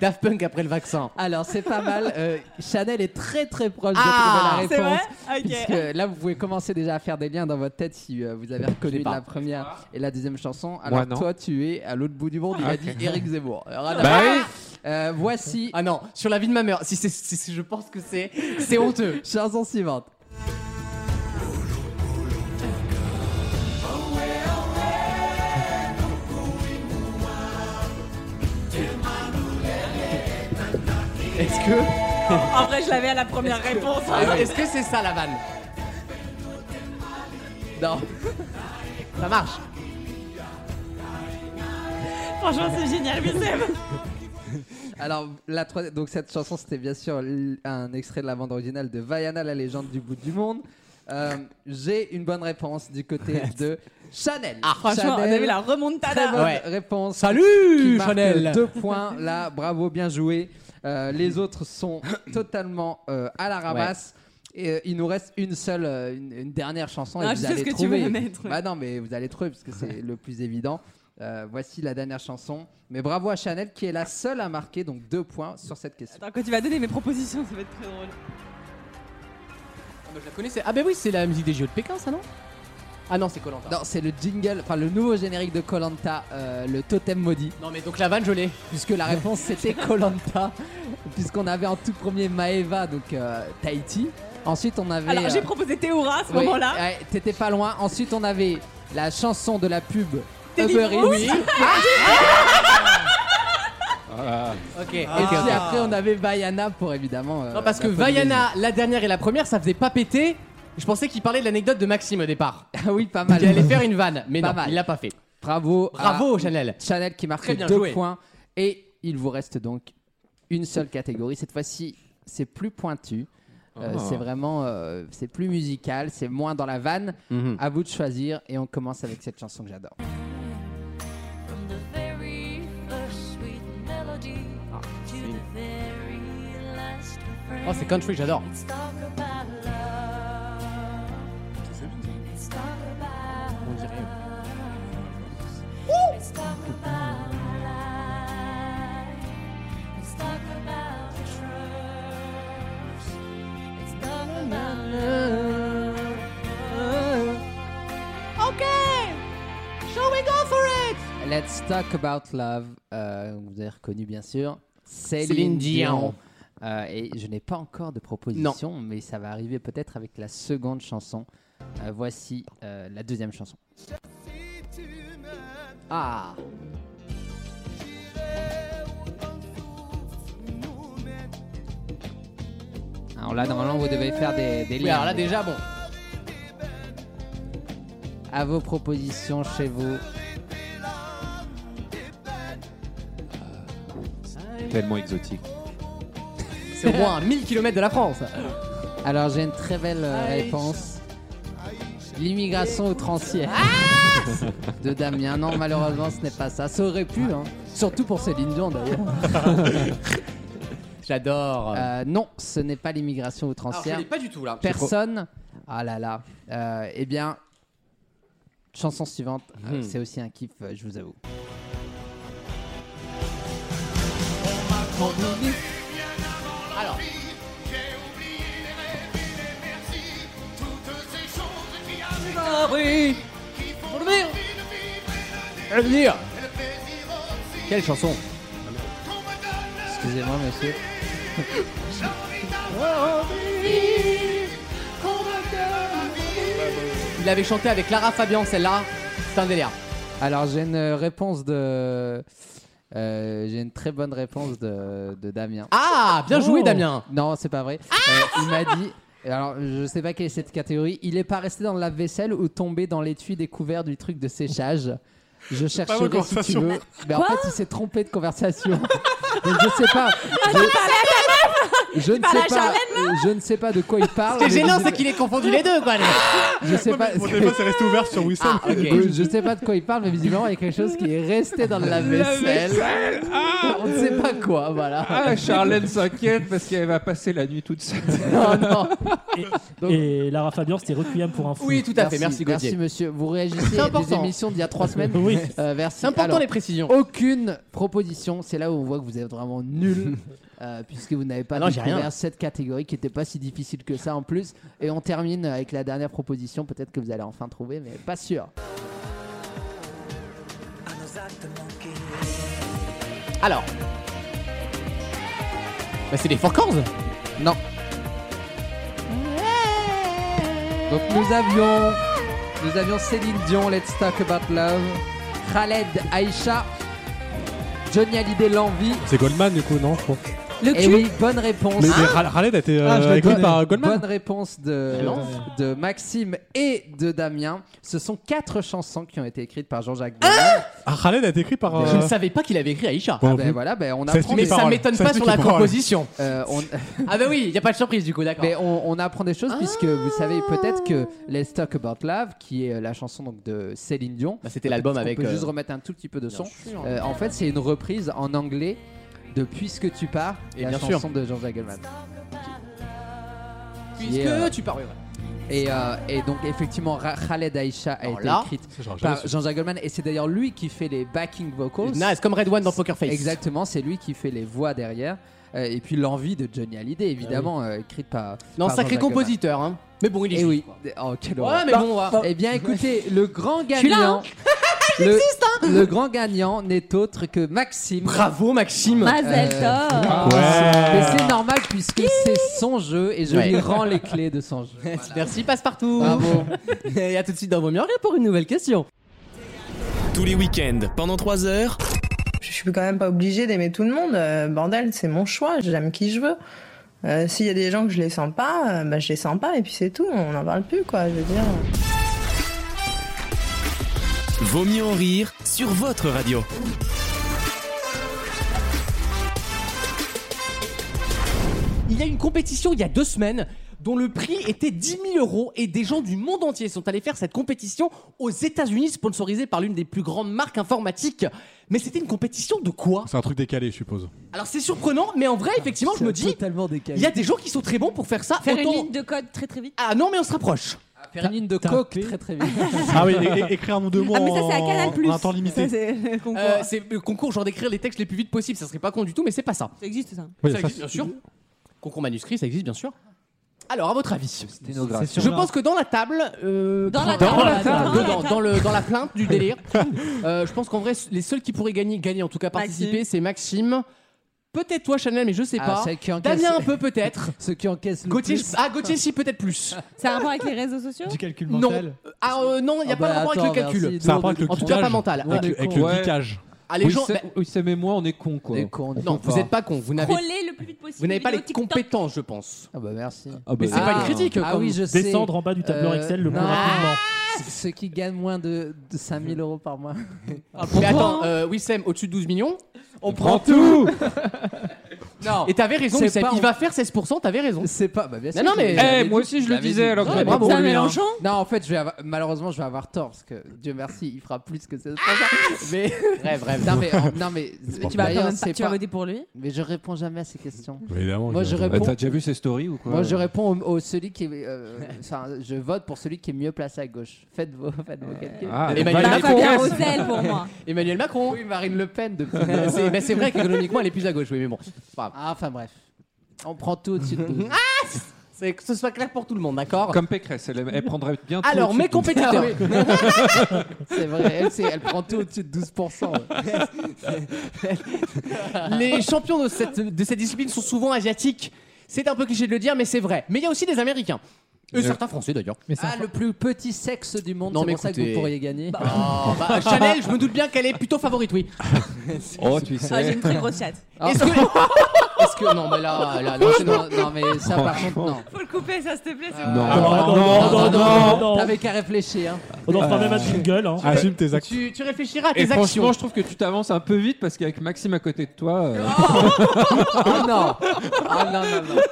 [SPEAKER 2] Daft Punk après le vaccin.
[SPEAKER 6] Alors c'est pas mal. Euh, Chanel est très très proche
[SPEAKER 2] Ah,
[SPEAKER 6] de
[SPEAKER 2] c'est
[SPEAKER 6] trouver la réponse.
[SPEAKER 4] vrai Ok.
[SPEAKER 6] Puisque là vous pouvez commencer déjà à faire des liens dans votre tête si euh, vous avez
[SPEAKER 2] Je l'ai
[SPEAKER 6] reconnu
[SPEAKER 2] pas.
[SPEAKER 6] la première et la deuxième chanson. Alors
[SPEAKER 2] non.
[SPEAKER 6] toi tu es à l'autre bout du monde. Il a dit Eric Zemmour. Alors,
[SPEAKER 2] Ah,
[SPEAKER 6] Anna-
[SPEAKER 2] d'accord.
[SPEAKER 6] Euh, voici.
[SPEAKER 2] Ah non, sur la vie de ma mère. Si c'est, si c'est- je pense que c'est, c'est honteux.
[SPEAKER 6] Chanson suivante.
[SPEAKER 2] Est-ce que,
[SPEAKER 4] En vrai, je l'avais à la première réponse.
[SPEAKER 2] est-ce que c'est ça la vanne Non. Ça marche.
[SPEAKER 4] Franchement, c'est génial, mais c'est.
[SPEAKER 6] Alors la troisième. Donc cette chanson c'était bien sûr l- un extrait de la bande originale de Vaiana, la légende du bout du monde. Euh, J'ai une bonne réponse du côté de Chanel.
[SPEAKER 4] Ah, franchement, on
[SPEAKER 6] Chanel.
[SPEAKER 4] a vu la
[SPEAKER 6] Très bonne
[SPEAKER 4] remontada.
[SPEAKER 6] réponse.
[SPEAKER 2] Salut,
[SPEAKER 6] qui marque
[SPEAKER 2] Chanel.
[SPEAKER 6] Deux points là, bravo, bien joué. Euh, les autres sont totalement euh, à la ramasse. Et, euh, il nous reste une seule, euh, une, une dernière chanson.
[SPEAKER 4] Ah,
[SPEAKER 6] et
[SPEAKER 4] je
[SPEAKER 6] vous
[SPEAKER 4] sais
[SPEAKER 6] allez
[SPEAKER 4] ce que tu
[SPEAKER 6] trouver.
[SPEAKER 4] veux mettre.
[SPEAKER 6] Bah non, mais vous allez trouver parce que c'est le plus évident. Euh, voici la dernière chanson. Mais bravo à Chanel qui est la seule à marquer donc deux points sur cette question.
[SPEAKER 4] Attends, quand tu vas donner mes propositions, ça va être très drôle.
[SPEAKER 2] Ah, bah, je la connaissais. Ah bah oui, c'est la musique des JO de Pékin, ça non Ah non, c'est Colanta.
[SPEAKER 6] Non, c'est le jingle, enfin le nouveau générique de Colanta, euh, le totem maudit.
[SPEAKER 2] Non mais donc la vanne je l'ai.
[SPEAKER 6] Puisque la réponse c'était Colanta, puisqu'on avait en tout premier Maeva, donc euh, Tahiti. Ensuite on avait.
[SPEAKER 4] Alors, j'ai
[SPEAKER 6] euh,
[SPEAKER 4] proposé Théora à ce
[SPEAKER 6] Oui,
[SPEAKER 4] moment-là.
[SPEAKER 6] ouais, T'étais pas loin. Ensuite, on avait la chanson de la pub Uber Eats.
[SPEAKER 4] Deliveroo.
[SPEAKER 6] Et
[SPEAKER 2] Ok.
[SPEAKER 6] puis
[SPEAKER 2] Ah.
[SPEAKER 6] après, on avait Vaiana pour évidemment. euh,
[SPEAKER 2] non parce que
[SPEAKER 6] la Polynésie.
[SPEAKER 2] Vaiana, la dernière et la première, ça faisait pas péter. Je pensais qu'il parlait de l'anecdote de Maxime au départ.
[SPEAKER 6] Ah oui, pas mal.
[SPEAKER 2] Il allait faire une vanne, mais
[SPEAKER 6] Pas
[SPEAKER 2] non,
[SPEAKER 6] mal.
[SPEAKER 2] il l'a pas fait.
[SPEAKER 6] Bravo. à
[SPEAKER 2] Bravo Chanel.
[SPEAKER 6] Chanel qui marque
[SPEAKER 2] Très bien
[SPEAKER 6] deux
[SPEAKER 2] joué.
[SPEAKER 6] points. Et il vous reste donc une seule catégorie. Cette fois-ci, c'est plus pointu. Euh,
[SPEAKER 8] Ah.
[SPEAKER 6] C'est vraiment, euh, c'est plus musical, c'est moins dans la vanne.
[SPEAKER 2] Mhm.
[SPEAKER 6] À vous de choisir et on commence avec cette chanson que j'adore.
[SPEAKER 11] From the very first sweet melody
[SPEAKER 4] Ah,
[SPEAKER 11] to the very last refrain.
[SPEAKER 2] Oh c'est country, j'adore.
[SPEAKER 11] Let's talk about love. Let's talk about
[SPEAKER 2] On dirait.
[SPEAKER 11] us. Let's talk about life. Let's talk about trust. Let's talk about love.
[SPEAKER 4] Ok Shall we go for it
[SPEAKER 6] Let's Talk About Love, euh, vous avez reconnu bien sûr, Céline,
[SPEAKER 2] Céline Dion.
[SPEAKER 6] Dion. Euh, et je n'ai pas encore de proposition, mais ça va arriver peut-être avec la seconde chanson. Euh, voici euh, la deuxième chanson.
[SPEAKER 2] Ah.
[SPEAKER 6] Alors là, normalement, vous devez faire des, des
[SPEAKER 2] Oui,
[SPEAKER 6] liens.
[SPEAKER 2] alors là déjà bon.
[SPEAKER 6] À vos propositions chez vous.
[SPEAKER 8] Tellement exotique.
[SPEAKER 2] C'est au moins à 1000 km de la France.
[SPEAKER 6] Alors, j'ai une très belle euh, réponse. L'immigration outrancière
[SPEAKER 2] Ah
[SPEAKER 6] de Damien. Non, malheureusement, ce n'est pas ça. Ça aurait pu, hein. surtout pour Céline Dion d'ailleurs.
[SPEAKER 2] J'adore.
[SPEAKER 6] Euh, non, ce n'est pas l'immigration
[SPEAKER 2] alors je
[SPEAKER 6] outrancière.
[SPEAKER 2] l'ai pas du tout là.
[SPEAKER 6] Personne. Ah là là. Euh, eh bien, chanson suivante. Euh,
[SPEAKER 2] Hmm.
[SPEAKER 6] c'est aussi un kiff, euh, je vous avoue.
[SPEAKER 11] Let's talk about mon Mimi.
[SPEAKER 2] Alors.
[SPEAKER 11] Ah oui Pour le meilleur.
[SPEAKER 2] Revenir Quelle chanson
[SPEAKER 6] Excusez-moi, monsieur.
[SPEAKER 2] Il l'avait chanté avec Lara Fabian, celle-là. C'est un délire.
[SPEAKER 6] Alors j'ai une euh, réponse de. euh, j'ai une très bonne réponse de, de Damien.
[SPEAKER 2] Ah, bien
[SPEAKER 6] Oh.
[SPEAKER 2] joué, Damien.
[SPEAKER 6] Non, c'est pas vrai.
[SPEAKER 4] Ah
[SPEAKER 6] Euh, il m'a dit. Alors je sais pas quelle est cette catégorie. Il est pas resté dans le lave-vaisselle ou tombé dans l'étui découvert du truc de séchage. Je
[SPEAKER 7] ma
[SPEAKER 6] chercherai si tu
[SPEAKER 7] conversation.
[SPEAKER 6] veux. Mais en fait, il s'est trompé de conversation. Donc je sais
[SPEAKER 4] Ah,
[SPEAKER 6] pas. Je, je ne
[SPEAKER 4] parles
[SPEAKER 6] sais
[SPEAKER 4] à
[SPEAKER 6] pas. Je ne sais pas de quoi il parle.
[SPEAKER 2] Ce qui est
[SPEAKER 6] Ah, mais
[SPEAKER 2] gênant,
[SPEAKER 6] je-
[SPEAKER 2] c'est qu'il ait confondu les deux, quoi.
[SPEAKER 6] Je sais pas.
[SPEAKER 7] Pour des fois, c'est resté ouvert sur Wissam.
[SPEAKER 2] Ah, ok.
[SPEAKER 6] Euh, Je sais pas de quoi il parle, mais visiblement, il y a quelque chose qui est resté dans le lave-vaisselle.
[SPEAKER 2] ah.
[SPEAKER 6] On ne sait pas quoi, voilà.
[SPEAKER 3] Ah, Charlène s'inquiète parce qu'elle va passer la nuit toute seule.
[SPEAKER 6] Non, non. Donc-
[SPEAKER 5] Et Lara Fabian, c'était Requiem pour un fou.
[SPEAKER 2] Oui, tout à fait. Merci, Gauthier.
[SPEAKER 6] Merci, monsieur. Vous réagissez
[SPEAKER 2] C'est
[SPEAKER 6] à des
[SPEAKER 2] important.
[SPEAKER 6] émissions d'il y a trois semaines.
[SPEAKER 5] Oui.
[SPEAKER 6] Euh, merci.
[SPEAKER 2] C'est important
[SPEAKER 6] Alors,
[SPEAKER 2] les précisions.
[SPEAKER 6] Aucune proposition. C'est là où on voit que vous êtes vraiment nul. euh, puisque vous n'avez pas
[SPEAKER 2] Ah non, j'ai
[SPEAKER 6] découvert
[SPEAKER 2] rien.
[SPEAKER 6] cette catégorie qui n'était pas si difficile que ça en plus. Et on termine avec la dernière proposition. Peut-être que vous allez enfin trouver, mais pas sûr.
[SPEAKER 2] Alors. Bah, c'est les Four Corns.
[SPEAKER 6] Euh. Non. Donc nous avions, nous avions Céline Dion, Let's Talk About Love, Khaled, Aïcha, Johnny Hallyday, L'Envie.
[SPEAKER 7] C'est Goldman, du coup, non je crois.
[SPEAKER 4] Le
[SPEAKER 6] Et
[SPEAKER 4] cul.
[SPEAKER 6] oui, bonne réponse.
[SPEAKER 7] Mais mais Ra- Raled a été euh,
[SPEAKER 9] Ah, je la
[SPEAKER 7] écrit
[SPEAKER 9] connais.
[SPEAKER 7] par Goldman.
[SPEAKER 6] Bonne réponse de, de Maxime et de Damien. Ce sont quatre chansons qui ont été écrites par Jean-Jacques Goldman.
[SPEAKER 7] Ah, Raled a été écrit par.
[SPEAKER 2] Je ne
[SPEAKER 7] euh,
[SPEAKER 2] savais pas qu'il avait écrit Aïcha.
[SPEAKER 7] bon,
[SPEAKER 6] Ben voilà, ben on apprend.
[SPEAKER 7] Ça explique
[SPEAKER 2] Mais
[SPEAKER 7] les
[SPEAKER 2] ça
[SPEAKER 7] paroles.
[SPEAKER 2] m'étonne
[SPEAKER 7] Ça
[SPEAKER 2] pas
[SPEAKER 7] explique
[SPEAKER 2] sur la
[SPEAKER 7] les paroles.
[SPEAKER 2] composition.
[SPEAKER 6] euh, on-
[SPEAKER 2] Ah bah oui, il n'y a pas de surprise du coup, d'accord.
[SPEAKER 6] Mais on, on apprend des choses puisque
[SPEAKER 4] Ah.
[SPEAKER 6] vous savez peut-être que Let's Talk About Love, qui est euh, la chanson donc de Céline Dion,
[SPEAKER 2] Bah, c'était l'album
[SPEAKER 6] Peut-être
[SPEAKER 2] avec,
[SPEAKER 6] qu'on peut
[SPEAKER 2] euh,
[SPEAKER 6] juste remettre un tout petit peu de son.
[SPEAKER 2] sûr.
[SPEAKER 6] Euh, en fait, c'est une reprise en anglais de Puisque tu pars,
[SPEAKER 2] Et
[SPEAKER 6] la
[SPEAKER 2] bien
[SPEAKER 6] chanson de Jean-Jacques Goldman. Qui est, euh,
[SPEAKER 2] tu parles.
[SPEAKER 6] Et, euh, et donc effectivement, Ra- Khaled Aïcha a
[SPEAKER 2] Alors
[SPEAKER 6] été
[SPEAKER 2] là,
[SPEAKER 6] écrite
[SPEAKER 7] Ça, j'aurais jamais
[SPEAKER 6] par
[SPEAKER 7] su.
[SPEAKER 6] Jean-Jacques Goldman et c'est d'ailleurs lui qui fait les backing vocals.
[SPEAKER 2] Nice, comme Red One dans Poker Face.
[SPEAKER 6] Exactement, c'est lui qui fait les voix derrière. Euh, et puis l'envie de Johnny Hallyday, évidemment, euh, écrite par.
[SPEAKER 2] Ah Non,
[SPEAKER 6] par
[SPEAKER 2] sacré
[SPEAKER 6] Jean-Jacques Goldman.
[SPEAKER 2] compositeur, hein. Mais bon, il est.
[SPEAKER 6] Eh oui.
[SPEAKER 2] juif, quoi.
[SPEAKER 6] Oh, quelle
[SPEAKER 2] Ouais,
[SPEAKER 6] horreur.
[SPEAKER 2] mais bon, on va.
[SPEAKER 6] Eh bien, écoutez, le grand
[SPEAKER 4] suis là,
[SPEAKER 6] gagnant.
[SPEAKER 4] hein.
[SPEAKER 6] le, le grand gagnant n'est autre que Maxime.
[SPEAKER 2] Bravo, Maxime.
[SPEAKER 4] Mazel
[SPEAKER 6] Euh,
[SPEAKER 9] Ah.
[SPEAKER 4] Tov.
[SPEAKER 6] Mais
[SPEAKER 2] Euh.
[SPEAKER 7] Ouais.
[SPEAKER 6] c'est normal puisque c'est son jeu et je
[SPEAKER 2] Ouais.
[SPEAKER 6] lui rends les clés de son jeu.
[SPEAKER 2] Merci, passe-partout.
[SPEAKER 6] Bravo.
[SPEAKER 2] Et à tout de suite dans Vos Mieux en Rire pour une nouvelle question.
[SPEAKER 1] Tous les week-ends, pendant 3 heures,
[SPEAKER 12] Je suis quand même pas obligée d'aimer tout le monde. euh, bordel, c'est mon choix. J'aime qui je veux. Euh, S'il y a des gens que je les sens pas, euh, bah, je les sens pas et puis c'est tout. On n'en parle plus, quoi. Je veux dire.
[SPEAKER 1] Vaut mieux en rire sur votre radio.
[SPEAKER 2] Il y a une compétition il y a deux semaines dont le prix était 10 000 euros et des gens du monde entier sont allés faire cette compétition aux États-Unis, sponsorisée par l'une des plus grandes marques informatiques. Mais c'était une compétition de quoi
[SPEAKER 7] C'est un truc décalé, je suppose.
[SPEAKER 2] Alors c'est surprenant, mais en vrai, effectivement, je me dis,
[SPEAKER 6] Totalement
[SPEAKER 2] il
[SPEAKER 6] décalé.
[SPEAKER 2] y a des gens qui sont très bons pour faire ça.
[SPEAKER 4] Faire une
[SPEAKER 2] autant-
[SPEAKER 4] ligne de code très très vite.
[SPEAKER 2] Ah non, mais on se rapproche.
[SPEAKER 6] Faire une ligne de
[SPEAKER 5] T'as
[SPEAKER 6] coke
[SPEAKER 5] tapé.
[SPEAKER 6] très très vite.
[SPEAKER 7] Ah oui, é- é- écrire un ou deux mots
[SPEAKER 4] Ah, mais ça, c'est à
[SPEAKER 7] en-
[SPEAKER 4] Canal Plus.
[SPEAKER 7] en un temps limité.
[SPEAKER 4] Ça, c'est le concours.
[SPEAKER 2] Euh, c'est le concours genre d'écrire les textes les plus vite possible, ça serait pas con du tout, mais c'est pas ça.
[SPEAKER 4] Ça existe ça.
[SPEAKER 7] Oui,
[SPEAKER 2] ça
[SPEAKER 7] ça,
[SPEAKER 2] existe bien sûr. Concours manuscrit, ça existe bien sûr. Alors à votre avis,
[SPEAKER 9] C'est sur
[SPEAKER 2] je
[SPEAKER 9] la-
[SPEAKER 2] pense que dans la table, euh,
[SPEAKER 4] Dans la
[SPEAKER 2] dans
[SPEAKER 4] table, dans
[SPEAKER 2] la
[SPEAKER 4] la
[SPEAKER 2] dedans,
[SPEAKER 4] table.
[SPEAKER 2] dans le dans la plainte du délire, euh, je pense qu'en vrai les seuls qui pourraient gagner, gagner en tout cas participer,
[SPEAKER 4] Maxime.
[SPEAKER 2] c'est Maxime. Peut-être toi Chanel, mais je sais
[SPEAKER 6] Ah,
[SPEAKER 2] pas.
[SPEAKER 6] celle qui encaisse-
[SPEAKER 2] Damien un peu peut-être.
[SPEAKER 6] Ceux qui encaissent le
[SPEAKER 2] Gauthier,
[SPEAKER 6] plus.
[SPEAKER 2] je- ah Gauthier si peut-être plus.
[SPEAKER 4] C'est un rapport avec les réseaux sociaux
[SPEAKER 9] Du calcul
[SPEAKER 2] Non,
[SPEAKER 9] mental.
[SPEAKER 2] Euh, ah euh, non, il y a
[SPEAKER 6] Ah
[SPEAKER 2] pas de
[SPEAKER 6] bah,
[SPEAKER 2] rapport avec le
[SPEAKER 6] attends,
[SPEAKER 2] calcul.
[SPEAKER 6] merci,
[SPEAKER 7] Ça
[SPEAKER 6] nous,
[SPEAKER 7] rapporte
[SPEAKER 6] on
[SPEAKER 7] avec le
[SPEAKER 6] est
[SPEAKER 2] En tout
[SPEAKER 7] Guidage.
[SPEAKER 2] cas pas mental.
[SPEAKER 7] Avec,
[SPEAKER 2] Euh,
[SPEAKER 7] le- avec
[SPEAKER 5] con.
[SPEAKER 7] le
[SPEAKER 5] Ouais.
[SPEAKER 7] geekage.
[SPEAKER 2] ah, les
[SPEAKER 3] oui,
[SPEAKER 2] gens,
[SPEAKER 3] c'est- oui, c'est mais moi, on est con quoi.
[SPEAKER 6] Des cons, des
[SPEAKER 2] non,
[SPEAKER 6] cons
[SPEAKER 2] vous
[SPEAKER 6] pas.
[SPEAKER 2] n'êtes pas con. Vous n'avez
[SPEAKER 4] Troller le plus vite possible.
[SPEAKER 2] vous n'avez pas
[SPEAKER 4] vidéo
[SPEAKER 2] les
[SPEAKER 4] TikTok.
[SPEAKER 2] compétences, je pense.
[SPEAKER 6] Ah bah merci.
[SPEAKER 3] Ah bah,
[SPEAKER 2] Mais c'est
[SPEAKER 3] oui.
[SPEAKER 2] pas une critique.
[SPEAKER 6] Ah
[SPEAKER 2] comme-
[SPEAKER 6] oui, je sais.
[SPEAKER 5] Descendre en bas du tableur
[SPEAKER 6] Euh,
[SPEAKER 5] Excel le plus
[SPEAKER 6] non.
[SPEAKER 5] rapidement.
[SPEAKER 6] Ceux qui gagnent moins de, de 5000 euros par mois.
[SPEAKER 2] Ah, hein. Mais attends, euh, Wissem, au-dessus de 12 millions,
[SPEAKER 3] On prend tout
[SPEAKER 2] Non. Et t'avais raison,
[SPEAKER 6] C'est
[SPEAKER 2] Lucette.
[SPEAKER 6] pas-
[SPEAKER 2] Il va faire 16%, t'avais raison.
[SPEAKER 6] C'est pas. Bah, bien
[SPEAKER 2] Non, non, mais.
[SPEAKER 8] Eh,
[SPEAKER 6] Bah, que
[SPEAKER 2] Ouais, bravo.
[SPEAKER 8] hein.
[SPEAKER 6] Non, en fait, je vais avoir- malheureusement, je vais avoir tort parce que Dieu merci, il fera plus que ça. mais
[SPEAKER 2] Rêve, rêve.
[SPEAKER 6] Non mais, en- non, mais
[SPEAKER 13] Tu vas
[SPEAKER 6] d'ailleurs,
[SPEAKER 13] quand même pas-
[SPEAKER 6] c'est
[SPEAKER 13] tu vas voter pour lui
[SPEAKER 6] Mais je réponds jamais à ces questions.
[SPEAKER 7] Mais évidemment,
[SPEAKER 6] Moi,
[SPEAKER 7] je
[SPEAKER 6] je
[SPEAKER 7] réponds.
[SPEAKER 6] réponds.
[SPEAKER 7] Bah, t'as déjà vu ces stories ou quoi
[SPEAKER 6] Moi, je réponds au, au celui qui est. euh, enfin, je vote pour celui qui est mieux placé à gauche. Faites vos, faites vos calculs.
[SPEAKER 2] Ah, Emmanuel Bah, Macron. Fabien Roussel pour moi. Emmanuel Macron.
[SPEAKER 6] Oui, Marine Le Pen. Depuis.
[SPEAKER 2] C'est mais c'est vrai qu'économiquement, elle est plus à gauche, oui, mais bon.
[SPEAKER 6] Ah, enfin bref. On prend tout au-dessus de tout.
[SPEAKER 2] Ah C'est- Que ce soit clair pour tout le monde, d'accord
[SPEAKER 3] Comme Pécresse, elle, elle prendrait bien tout
[SPEAKER 2] Alors,
[SPEAKER 3] au-dessus
[SPEAKER 2] mes
[SPEAKER 3] de tout.
[SPEAKER 2] compétiteurs.
[SPEAKER 6] Ah C'est vrai, elle, c'est- elle prend tout au-dessus de 12%.
[SPEAKER 2] Les champions de cette, de cette discipline sont souvent asiatiques. C'est un peu cliché de le dire, mais c'est vrai. Mais il y a aussi des Américains. Et certains Français d'ailleurs.
[SPEAKER 6] ah, le plus petit sexe du monde,
[SPEAKER 2] Non,
[SPEAKER 6] c'est
[SPEAKER 2] mais
[SPEAKER 6] pour ça que
[SPEAKER 2] écoutez.
[SPEAKER 6] vous pourriez gagner. Ah.
[SPEAKER 2] Oh, bah, Chanel, je me doute bien qu'elle est plutôt favorite, oui.
[SPEAKER 8] Oh, tu sais.
[SPEAKER 13] Ah, j'ai une très grosse chatte.
[SPEAKER 2] Est-ce que. Est-ce que. Non, mais
[SPEAKER 6] Ah,
[SPEAKER 2] là,
[SPEAKER 6] là,
[SPEAKER 2] là,
[SPEAKER 6] là,
[SPEAKER 2] là,
[SPEAKER 6] c'est- non, non, mais ça, par contre, non.
[SPEAKER 13] Faut le couper, ça, s'il te plaît. c'est
[SPEAKER 6] Euh,
[SPEAKER 13] bon.
[SPEAKER 8] Ah,
[SPEAKER 5] Ah,
[SPEAKER 6] non,
[SPEAKER 5] non, non.
[SPEAKER 6] T'avais qu'à réfléchir. Hein.
[SPEAKER 5] On en fera même un jingle. Hein.
[SPEAKER 8] Ah,
[SPEAKER 7] Assume tes actes.
[SPEAKER 2] Tu, tu réfléchiras à
[SPEAKER 3] Et
[SPEAKER 2] tes actions.
[SPEAKER 3] franchement, je trouve que tu t'avances un peu vite parce qu'avec Maxime à côté de toi. euh,
[SPEAKER 6] Ah non Ah non, non, non.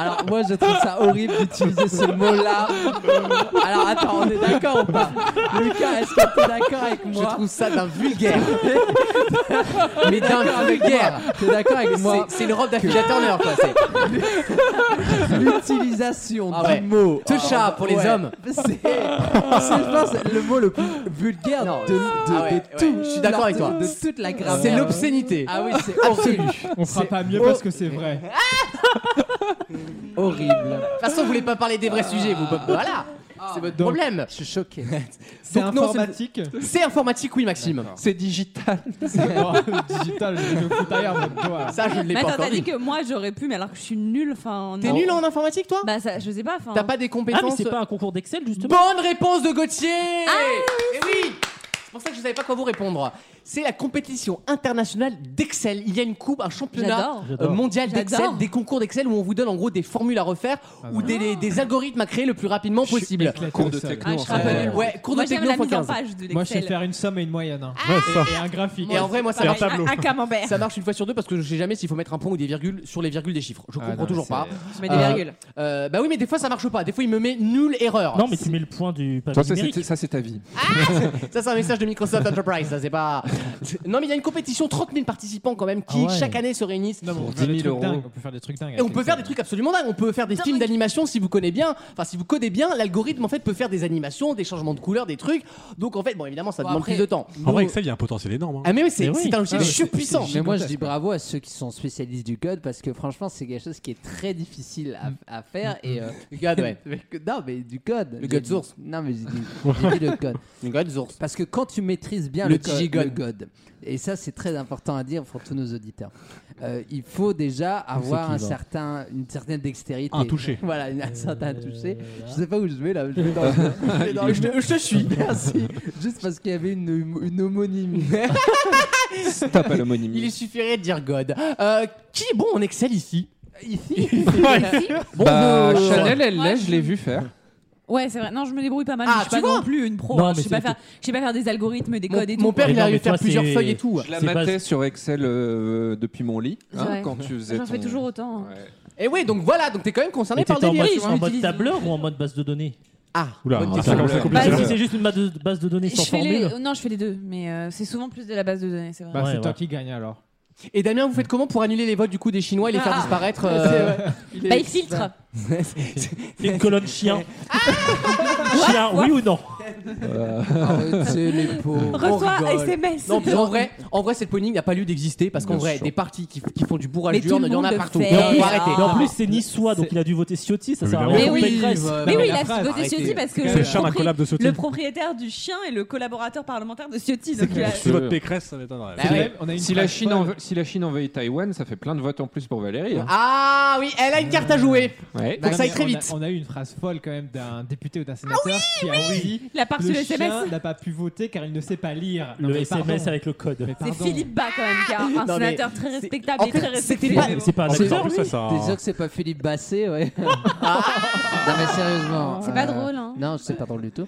[SPEAKER 6] Alors, moi, je trouve ça horrible d'utiliser ce mot-là. Alors, attends, on est d'accord ou pas Lucas, est-ce que t'es d'accord avec moi
[SPEAKER 2] Je trouve ça d'un vulgaire. mais d'un
[SPEAKER 6] D'accord avec
[SPEAKER 2] vulgaire.
[SPEAKER 6] moi. T'es d'accord avec moi
[SPEAKER 2] C'est c'est une robe d'Affida Turner, quoi. c'est-
[SPEAKER 6] L'utilisation
[SPEAKER 2] Ah ouais.
[SPEAKER 6] du mot
[SPEAKER 2] Te chat pour les
[SPEAKER 6] Oh, ouais.
[SPEAKER 2] hommes.
[SPEAKER 6] C'est, c'est, je pense, le mot le plus vulgaire de, de,
[SPEAKER 2] Ah ouais,
[SPEAKER 6] de
[SPEAKER 2] ouais.
[SPEAKER 6] tout.
[SPEAKER 2] Je suis d'accord avec toi.
[SPEAKER 6] De toute la grammaire.
[SPEAKER 2] C'est l'obscénité.
[SPEAKER 6] Ah oui, c'est horrible.
[SPEAKER 9] On fera
[SPEAKER 6] C'est
[SPEAKER 9] pas mieux parce que c'est vrai.
[SPEAKER 6] horrible.
[SPEAKER 2] De toute façon, vous voulez pas parler des vrais
[SPEAKER 6] Ah.
[SPEAKER 2] sujets, vous. bah, Voilà. C'est votre
[SPEAKER 9] Donc-
[SPEAKER 2] problème.
[SPEAKER 6] Je suis choqué.
[SPEAKER 9] C'est
[SPEAKER 2] Donc, non,
[SPEAKER 9] informatique.
[SPEAKER 2] C'est informatique, oui, Maxime.
[SPEAKER 3] C'est digital.
[SPEAKER 9] Oh, le digital, je me fous derrière mon doigt.
[SPEAKER 2] Ça, je ne l'ai pas
[SPEAKER 13] Mais Bah, attends,
[SPEAKER 2] encore
[SPEAKER 13] t'as dit
[SPEAKER 2] dit.
[SPEAKER 13] que moi j'aurais pu, mais alors que je suis nulle. Enfin,
[SPEAKER 2] T'es nul en informatique, toi
[SPEAKER 13] Bah, ça, je sais pas. Enfin,
[SPEAKER 2] T'as pas des
[SPEAKER 5] Ah, mais
[SPEAKER 2] compétences
[SPEAKER 5] c'est pas un concours d'Excel, justement
[SPEAKER 2] Bonne réponse de Gauthier Eh oui C'est pour ça que je savais pas quoi vous répondre. C'est la compétition internationale d'Excel. Il y a une coupe, un championnat
[SPEAKER 13] J'adore.
[SPEAKER 2] euh, mondial
[SPEAKER 13] J'adore.
[SPEAKER 2] d'Excel, des concours d'Excel où on vous donne en gros des formules à refaire ou des, des- des algorithmes à créer le plus rapidement possible.
[SPEAKER 3] Cours de techno.
[SPEAKER 13] Ah, je
[SPEAKER 3] en
[SPEAKER 13] serais
[SPEAKER 3] fait.
[SPEAKER 13] pas nulle.
[SPEAKER 2] Ouais, cours
[SPEAKER 13] Moi,
[SPEAKER 2] de
[SPEAKER 13] j'aime
[SPEAKER 2] techno
[SPEAKER 13] la
[SPEAKER 2] fois
[SPEAKER 13] mise en
[SPEAKER 2] 15.
[SPEAKER 13] page de l'Excel.
[SPEAKER 9] Moi, je sais faire une somme et une moyenne. hein. Et un graphique.
[SPEAKER 2] Et en vrai, moi, ça
[SPEAKER 13] Un-
[SPEAKER 2] marche,
[SPEAKER 13] Un, un camembert.
[SPEAKER 2] ça marche une fois sur deux parce que je sais jamais s'il faut mettre un point ou des virgules sur les virgules des chiffres. Je comprends
[SPEAKER 3] non,
[SPEAKER 2] toujours
[SPEAKER 3] c'est-
[SPEAKER 2] pas.
[SPEAKER 13] Je mets des
[SPEAKER 2] Euh,
[SPEAKER 13] virgules.
[SPEAKER 2] Euh, bah oui, mais des fois ça marche pas. Des fois il me met nulle erreur.
[SPEAKER 5] Non, mais tu mets le point du papier
[SPEAKER 3] Toi, ça, c'est-
[SPEAKER 5] numérique.
[SPEAKER 3] ça, c'est ta vie.
[SPEAKER 2] Ça, c'est un message de Microsoft Enterprise. Ça, c'est pas. Non, mais il y a une compétition, 30 000 participants quand même, qui
[SPEAKER 5] Ah ouais.
[SPEAKER 2] chaque année se réunissent.
[SPEAKER 9] Non, mais on
[SPEAKER 3] Pour
[SPEAKER 9] peut faire
[SPEAKER 3] 10 000
[SPEAKER 9] des trucs
[SPEAKER 3] euros.
[SPEAKER 9] dingues, On peut faire des trucs dingues.
[SPEAKER 2] Et on peut faire des trucs absolument dingues. On peut faire des films d'animation si vous connaissez bien. Enfin, si vous codez bien, l'algorithme en fait peut faire des animations, des changements de couleurs, des trucs. Donc en fait, bon, évidemment, ça
[SPEAKER 6] Bon,
[SPEAKER 2] demande
[SPEAKER 6] après-
[SPEAKER 2] plus de temps.
[SPEAKER 7] En vrai, Excel, il y a un potentiel énorme. hein.
[SPEAKER 2] Ah mais oui, c'est
[SPEAKER 5] Mais oui.
[SPEAKER 2] c'est un logiciel
[SPEAKER 5] Ah,
[SPEAKER 2] je suis puissant.
[SPEAKER 6] Mais moi, je dis bravo à ceux qui sont spécialistes du code parce que franchement, c'est quelque chose qui est très difficile à, à faire. Et, euh,
[SPEAKER 2] Le code, ouais.
[SPEAKER 6] mais que- non, mais du code.
[SPEAKER 2] Le
[SPEAKER 6] J'ai
[SPEAKER 2] code
[SPEAKER 6] dit-
[SPEAKER 2] source.
[SPEAKER 6] Non, mais j'ai dit, j'ai dit le code.
[SPEAKER 2] Une grande source.
[SPEAKER 6] Parce que quand tu maîtrises bien
[SPEAKER 2] Le
[SPEAKER 6] le, code-
[SPEAKER 2] digicode.
[SPEAKER 6] le code, et ça c'est très important à dire pour tous nos auditeurs, euh, il faut déjà avoir
[SPEAKER 5] qui
[SPEAKER 6] un
[SPEAKER 5] va
[SPEAKER 6] certain, une certaine dextérité.
[SPEAKER 7] Un toucher.
[SPEAKER 6] Voilà,
[SPEAKER 2] Euh,
[SPEAKER 6] une- un certain toucher. Je sais pas où je vais là. Je, vais dans- je vais dans- je vais- je te suis. Merci. Juste parce qu'il y avait une, une homonymie.
[SPEAKER 3] Stop à l'homonymie.
[SPEAKER 2] Il lui suffirait de dire God. Euh, qui est bon en Excel ici
[SPEAKER 6] Ici.
[SPEAKER 2] Bon,
[SPEAKER 3] Bah,
[SPEAKER 2] euh,
[SPEAKER 3] Chanel, elle
[SPEAKER 13] Ouais.
[SPEAKER 3] l'est, je l'ai vu faire.
[SPEAKER 13] Ouais, c'est vrai. Non, je me débrouille pas mal.
[SPEAKER 2] Ah,
[SPEAKER 13] mais je suis
[SPEAKER 2] tu
[SPEAKER 13] pas
[SPEAKER 2] vois
[SPEAKER 13] non plus une pro.
[SPEAKER 5] Non,
[SPEAKER 13] hein.
[SPEAKER 5] mais
[SPEAKER 13] Je sais
[SPEAKER 5] c'est
[SPEAKER 13] pas faire, je sais pas faire des algorithmes, des
[SPEAKER 2] Mon,
[SPEAKER 13] codes et
[SPEAKER 2] mon
[SPEAKER 13] tout.
[SPEAKER 2] père,
[SPEAKER 5] Mais
[SPEAKER 2] il
[SPEAKER 5] non,
[SPEAKER 2] arrive
[SPEAKER 5] mais
[SPEAKER 2] à faire
[SPEAKER 5] toi,
[SPEAKER 2] plusieurs
[SPEAKER 5] c'est-
[SPEAKER 2] feuilles et tout.
[SPEAKER 3] Je la
[SPEAKER 5] C'est pas-
[SPEAKER 3] matais sur Excel euh, depuis mon lit hein,
[SPEAKER 13] Ouais.
[SPEAKER 3] quand tu faisais.
[SPEAKER 13] J'en fais
[SPEAKER 3] ton-
[SPEAKER 13] toujours autant. hein.
[SPEAKER 3] Ouais.
[SPEAKER 2] Et euh, Eh ouais, donc voilà, donc t'es quand même concerné
[SPEAKER 5] Mais
[SPEAKER 2] par
[SPEAKER 5] t'étais
[SPEAKER 2] le
[SPEAKER 5] en
[SPEAKER 2] délire.
[SPEAKER 5] mode,
[SPEAKER 2] Oui,
[SPEAKER 5] en
[SPEAKER 2] je
[SPEAKER 5] mode
[SPEAKER 2] l'utilise.
[SPEAKER 5] table ou en mode base de données
[SPEAKER 2] Ah,
[SPEAKER 7] Oula,
[SPEAKER 2] bonne
[SPEAKER 7] ça
[SPEAKER 2] question.
[SPEAKER 7] commence à être compliqué.
[SPEAKER 13] Bah,
[SPEAKER 5] Si c'est juste une base de, base de données
[SPEAKER 13] Je
[SPEAKER 5] sans
[SPEAKER 13] fais
[SPEAKER 5] formule,
[SPEAKER 13] les... Non, je fais les deux, mais euh, c'est souvent plus de la base de données, c'est vrai.
[SPEAKER 9] Bah,
[SPEAKER 5] Ouais,
[SPEAKER 9] c'est toi
[SPEAKER 5] ouais.
[SPEAKER 9] qui gagne alors.
[SPEAKER 2] Et Damien, vous faites comment pour annuler les votes du coup des Chinois et les faire
[SPEAKER 13] Ah.
[SPEAKER 2] disparaître euh,
[SPEAKER 13] Bah, il filtre.
[SPEAKER 5] une colonne chien.
[SPEAKER 13] Ah
[SPEAKER 5] chien, oui ou non
[SPEAKER 3] Euh,
[SPEAKER 6] Arrêtez Oh, les pauvres.
[SPEAKER 13] Reçois
[SPEAKER 2] rigole.
[SPEAKER 13] SMS.
[SPEAKER 2] Non, mais en vrai, en vrai, cette polling n'a pas lieu d'exister parce qu'en
[SPEAKER 7] Bien
[SPEAKER 2] vrai,
[SPEAKER 7] sûr.
[SPEAKER 2] des partis qui, qui font du bourrage
[SPEAKER 13] Mais
[SPEAKER 2] d'urne,
[SPEAKER 13] tout le
[SPEAKER 2] il y en a
[SPEAKER 13] monde le
[SPEAKER 2] partout.
[SPEAKER 13] fait.
[SPEAKER 2] Donc,
[SPEAKER 13] Mais
[SPEAKER 2] faut
[SPEAKER 13] oui.
[SPEAKER 2] arrêter.
[SPEAKER 5] Mais en plus, c'est niçois, donc il a dû voter Ciotti, ça sert à rien
[SPEAKER 2] Mais
[SPEAKER 5] pour
[SPEAKER 2] oui,
[SPEAKER 5] Pécresse.
[SPEAKER 2] euh,
[SPEAKER 13] Mais
[SPEAKER 2] Non, mais
[SPEAKER 13] oui, il
[SPEAKER 2] la
[SPEAKER 13] a
[SPEAKER 2] phrase,
[SPEAKER 13] voté
[SPEAKER 2] arrêtez.
[SPEAKER 13] Ciotti parce que
[SPEAKER 7] C'est
[SPEAKER 13] le,
[SPEAKER 7] le charme à
[SPEAKER 13] propri-
[SPEAKER 7] collab de Ciotti.
[SPEAKER 13] le propriétaire du chien est le collaborateur parlementaire de Ciotti. Donc il a-
[SPEAKER 7] Si votre Pécresse, ça m'étonnerait.
[SPEAKER 2] Bah oui.
[SPEAKER 9] On a une
[SPEAKER 3] Si la,
[SPEAKER 9] phrase
[SPEAKER 3] Chine
[SPEAKER 9] folle.
[SPEAKER 3] enve- si la Chine envahit Taïwan, ça fait plein de votes en plus pour Valérie. hein.
[SPEAKER 2] Ah oui, elle a une carte à jouer.
[SPEAKER 3] Ouais.
[SPEAKER 2] Donc
[SPEAKER 9] Non,
[SPEAKER 2] ça
[SPEAKER 9] mais
[SPEAKER 2] aille très
[SPEAKER 9] on a-
[SPEAKER 2] vite.
[SPEAKER 9] On a eu une phrase folle quand même d'un député ou d'un sénateur qui a dit
[SPEAKER 13] Il a pas reçu
[SPEAKER 9] le
[SPEAKER 13] le SMS.
[SPEAKER 9] chien n'a pas pu voter car il ne sait pas lire. Non,
[SPEAKER 5] Le
[SPEAKER 9] mais
[SPEAKER 5] SMS
[SPEAKER 9] pardon.
[SPEAKER 5] avec le code.
[SPEAKER 9] Mais
[SPEAKER 13] C'est
[SPEAKER 9] pardon.
[SPEAKER 13] Philippe Bas quand même, qui est un
[SPEAKER 2] Non, mais
[SPEAKER 13] sénateur très
[SPEAKER 2] c'est-
[SPEAKER 13] respectable
[SPEAKER 2] en
[SPEAKER 13] et
[SPEAKER 2] fait,
[SPEAKER 13] très respecté.
[SPEAKER 2] c'était pas-
[SPEAKER 13] Mais bon.
[SPEAKER 5] C'est pas un
[SPEAKER 7] En plus,
[SPEAKER 5] acteur
[SPEAKER 2] Ah.
[SPEAKER 7] en plus, ça, ça-
[SPEAKER 6] T'es sûr que c'est pas Philippe Basset, ouais. non mais sérieusement.
[SPEAKER 13] C'est pas
[SPEAKER 6] euh,
[SPEAKER 13] drôle, hein.
[SPEAKER 6] Non, c'est pas drôle du tout.